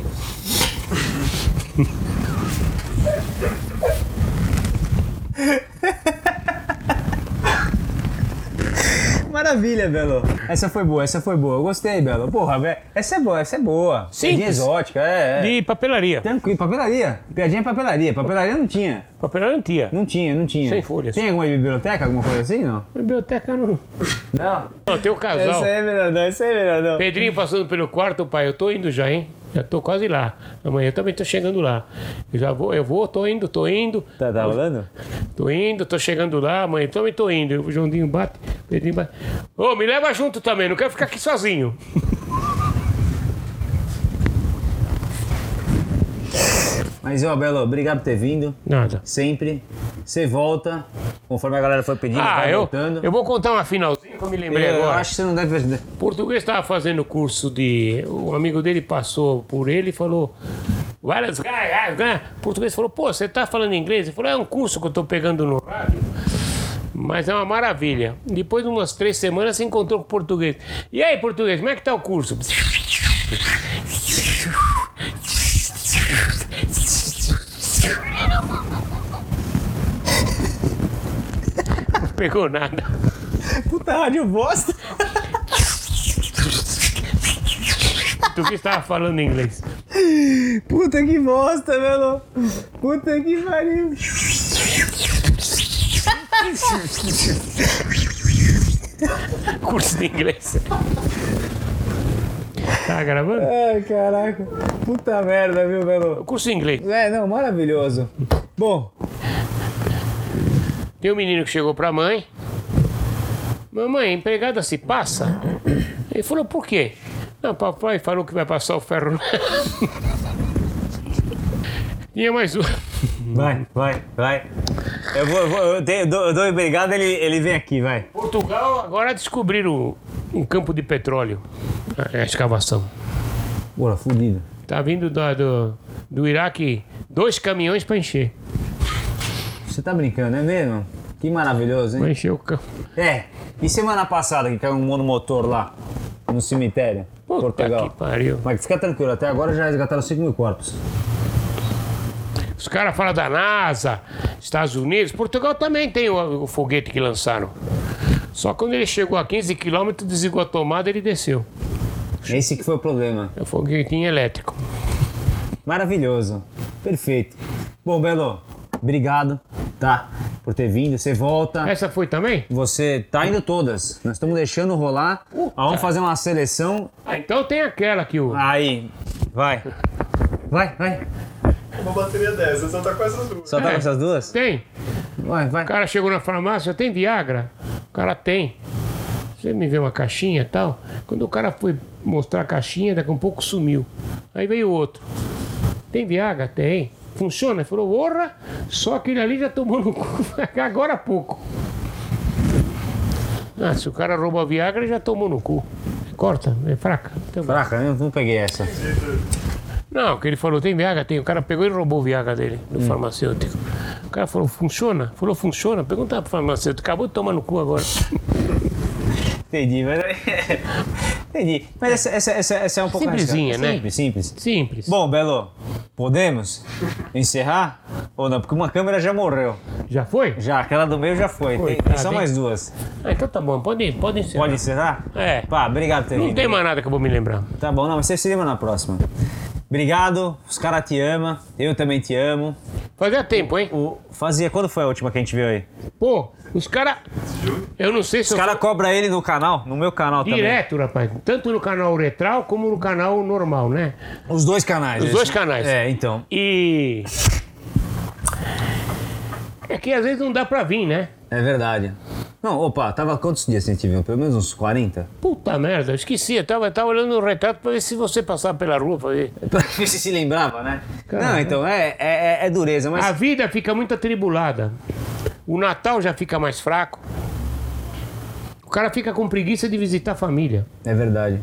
Maravilhosa, maravilha, Belo. Essa foi boa, essa foi boa. Eu gostei, Belo. Porra, velho. Essa é boa, essa é boa.
Simples.
Piadinha exótica, é. é.
De papelaria.
Tranquilo, papelaria. Piadinha é papelaria. Papelaria não tinha.
Papelaria não tinha.
Não tinha, não tinha.
Sem folhas.
Tem alguma biblioteca, alguma coisa assim, não?
Biblioteca não.
Não.
Não, tem o casal.
Essa aí é melhor não, essa aí é melhor não.
Pedrinho passando pelo quarto, pai, eu tô indo já, hein? Já tô quase lá. Amanhã eu também tô chegando lá. Eu já vou, eu vou, tô indo, tô indo.
Tá, tá rolando?
Tô indo, tô chegando lá, mãe. Também tô indo. O Joãozinho bate, o Pedrinho bate. Ô, me leva junto também, não quero ficar aqui sozinho.
Mas, ó, Belo, obrigado por ter vindo.
Nada.
Sempre. Você volta, conforme a galera foi pedindo,
Ah,
vai
eu,
voltando. É,
eu vou contar uma finalzinha que eu me lembrei
Eu
agora.
acho que você não deve.
O português estava fazendo curso de. O amigo dele passou por ele e falou. Várias. O português falou: pô, você tá falando inglês? Ele falou: é um curso que eu tô pegando no rádio. Mas é uma maravilha. Depois de umas três semanas, se encontrou com o português. E aí, português, como é que tá o curso? Não pegou nada.
Puta rádio bosta.
O português estava falando inglês.
Puta que bosta, Belo. Puta que pariu.
curso de inglês. Tá gravando?
Ai, caraca. Puta merda, viu, Belo?
Curso de inglês.
É, não, maravilhoso. Bom,
Tem um menino que chegou pra mãe. Mamãe, a empregada se passa? Ele falou, por quê? Não, papai falou que vai passar o ferro. (laughs) Tinha mais um.
vai, vai, vai. Eu vou, eu, vou, eu, tenho- eu dou, eu dou obrigado, ele, ele vem aqui, vai.
Portugal agora descobriram um campo de petróleo. A, a escavação.
Porra, fudido.
Tá vindo da- do, do Iraque dois caminhões pra encher.
Você tá brincando, é mesmo? Que maravilhoso, hein?
Pra encher o campo.
É, e semana passada que caiu um monomotor lá, no cemitério,
Puta
Portugal.
que pariu.
Mas fica tranquilo, até agora já resgataram 5 mil corpos.
Os caras falam da NASA, Estados Unidos, Portugal também tem o, o foguete que lançaram. Só quando ele chegou a 15 quilômetros, desligou a tomada ele desceu.
Esse que foi o problema.
É um foguetinho elétrico.
Maravilhoso, perfeito. Bom, Belo, obrigado, tá, por ter vindo. Você volta,
Essa foi também?
você tá indo todas. Nós estamos deixando rolar, vamos fazer uma seleção.
Ah, então tem aquela que
Ah.
o.
Aí, vai. Vai, vai.
Uma bateria dessa, só tá com essas duas.
Só tá
É.
com essas duas?
Tem.
Vai, vai.
O cara chegou na farmácia, tem Viagra? O cara tem. Você me vê uma caixinha e tal? Quando o cara foi mostrar a caixinha, daqui a um pouco sumiu. Aí veio outro. Tem Viagra? Tem. Funciona? Ele falou, orra, só aquele ali já tomou no cu (laughs) agora há pouco. Ah, se o cara roubou a Viagra, ele já tomou no cu. Corta, é fraca. Então-
Caraca, eu não peguei essa.
não, que ele falou, tem Viagra? Tem. O cara pegou e roubou o Viagra dele, do
Hum.
farmacêutico. O cara falou, funciona? Falou, funciona. Pergunta pro farmacêutico, acabou de tomar no cu
(laughs)
agora.
Entendi, mas. (laughs) Entendi. Mas essa, essa, essa, essa é um pouco
Simplesinha,
arriscada.
né?
Simples, simples.
Simples.
Bom, Belo, podemos encerrar? Ou não? Porque uma câmera já morreu.
já foi?
Já, aquela do meio já foi.
Foi,
tem, tem
tá,
só
bem.
mais duas.
Ah, então tá bom, pode, pode encerrar.
Pode encerrar?
É.
Pá, obrigado,
Não
Terrinho.
tem mais nada que eu vou me lembrar.
Tá bom, não, mas você se lembra na próxima. Obrigado, os caras te amam, eu também te amo.
Fazia tempo, hein?
O, fazia, quando foi a última que a gente viu aí?
Pô, os caras. Eu não sei
Os
se eu.
caras cobram ele no canal, no meu canal
Direto, rapaz. Tanto no canal uretral como no canal normal, né?
também. Os dois canais.
Os
esse-
dois canais.
É, então.
E. É que às vezes não dá pra vir, né?
É verdade. Não, opa, tava quantos dias sem te ver? Pelo menos uns (laughs) 40?
Puta merda, eu esqueci. Eu tava, eu tava olhando o retrato pra ver se você passava pela rua. pra ver.
Você se lembrava, né?
Caramba. Ah.
Não, então, é, é, é- é dureza, mas.
A vida fica muito atribulada. O Natal já fica mais fraco. O cara fica com preguiça de visitar a família.
É verdade.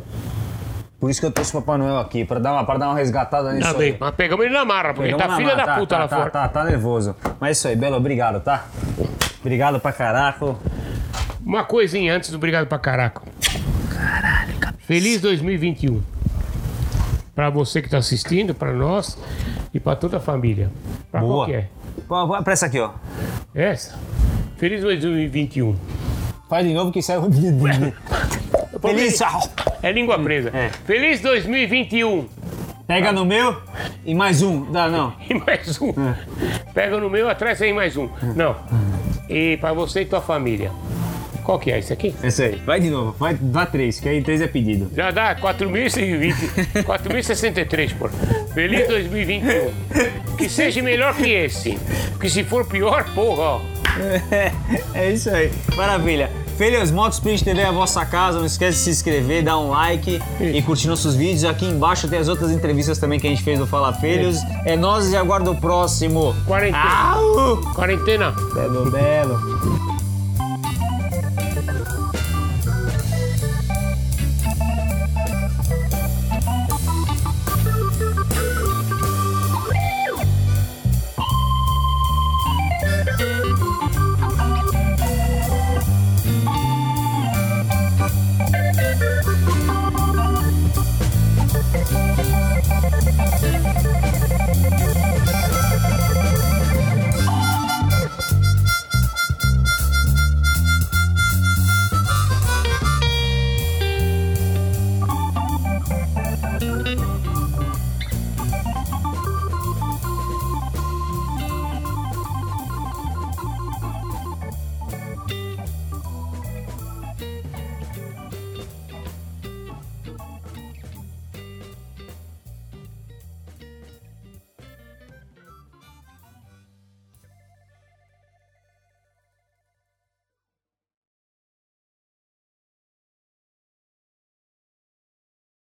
Por isso que eu trouxe o Papai Noel aqui, pra dar uma, pra dar uma resgatada nisso.
Tá
aí.
bem, mas pegamos ele na marra, porque
Pegamos
tá
na
filha
mão,
da
tá,
puta
tá,
lá
tá,
fora.
Tá, tá nervoso. Mas é isso aí, Belo, obrigado, tá? Obrigado pra caraco.
Uma coisinha antes do obrigado pra caraca. Feliz 2021. Pra você que tá assistindo, pra nós e pra toda a família. Pra qual
Boa.
que é?
Pô, pô, Pra essa aqui, ó.
um. Essa? Feliz 2021.
Faz de novo que sai um.
(laughs)
Feliz!
É língua presa.
é.
Feliz 2021.
Pega no meu e mais um. Dá, não.
(laughs) E mais um. Pega no meu, atrás tem mais um. Não. E pra você e tua família. Qual que é esse aqui?
É isso aí. Vai de novo. Vai, dá três, que aí três é pedido.
Já dá 4.020. 4.063, pô. Feliz 2021. Que seja melhor que esse. Porque se for pior, porra, ó.
É isso aí. Maravilha. Feliz Motos Print TV é a vossa casa. Não esquece de se inscrever, dar um like e curtir nossos vídeos. Aqui embaixo tem as outras entrevistas também que a gente fez no Fala Filhos. É nós e aguardo o próximo.
Quarentena.
Au!
Quarentena.
Belo, belo.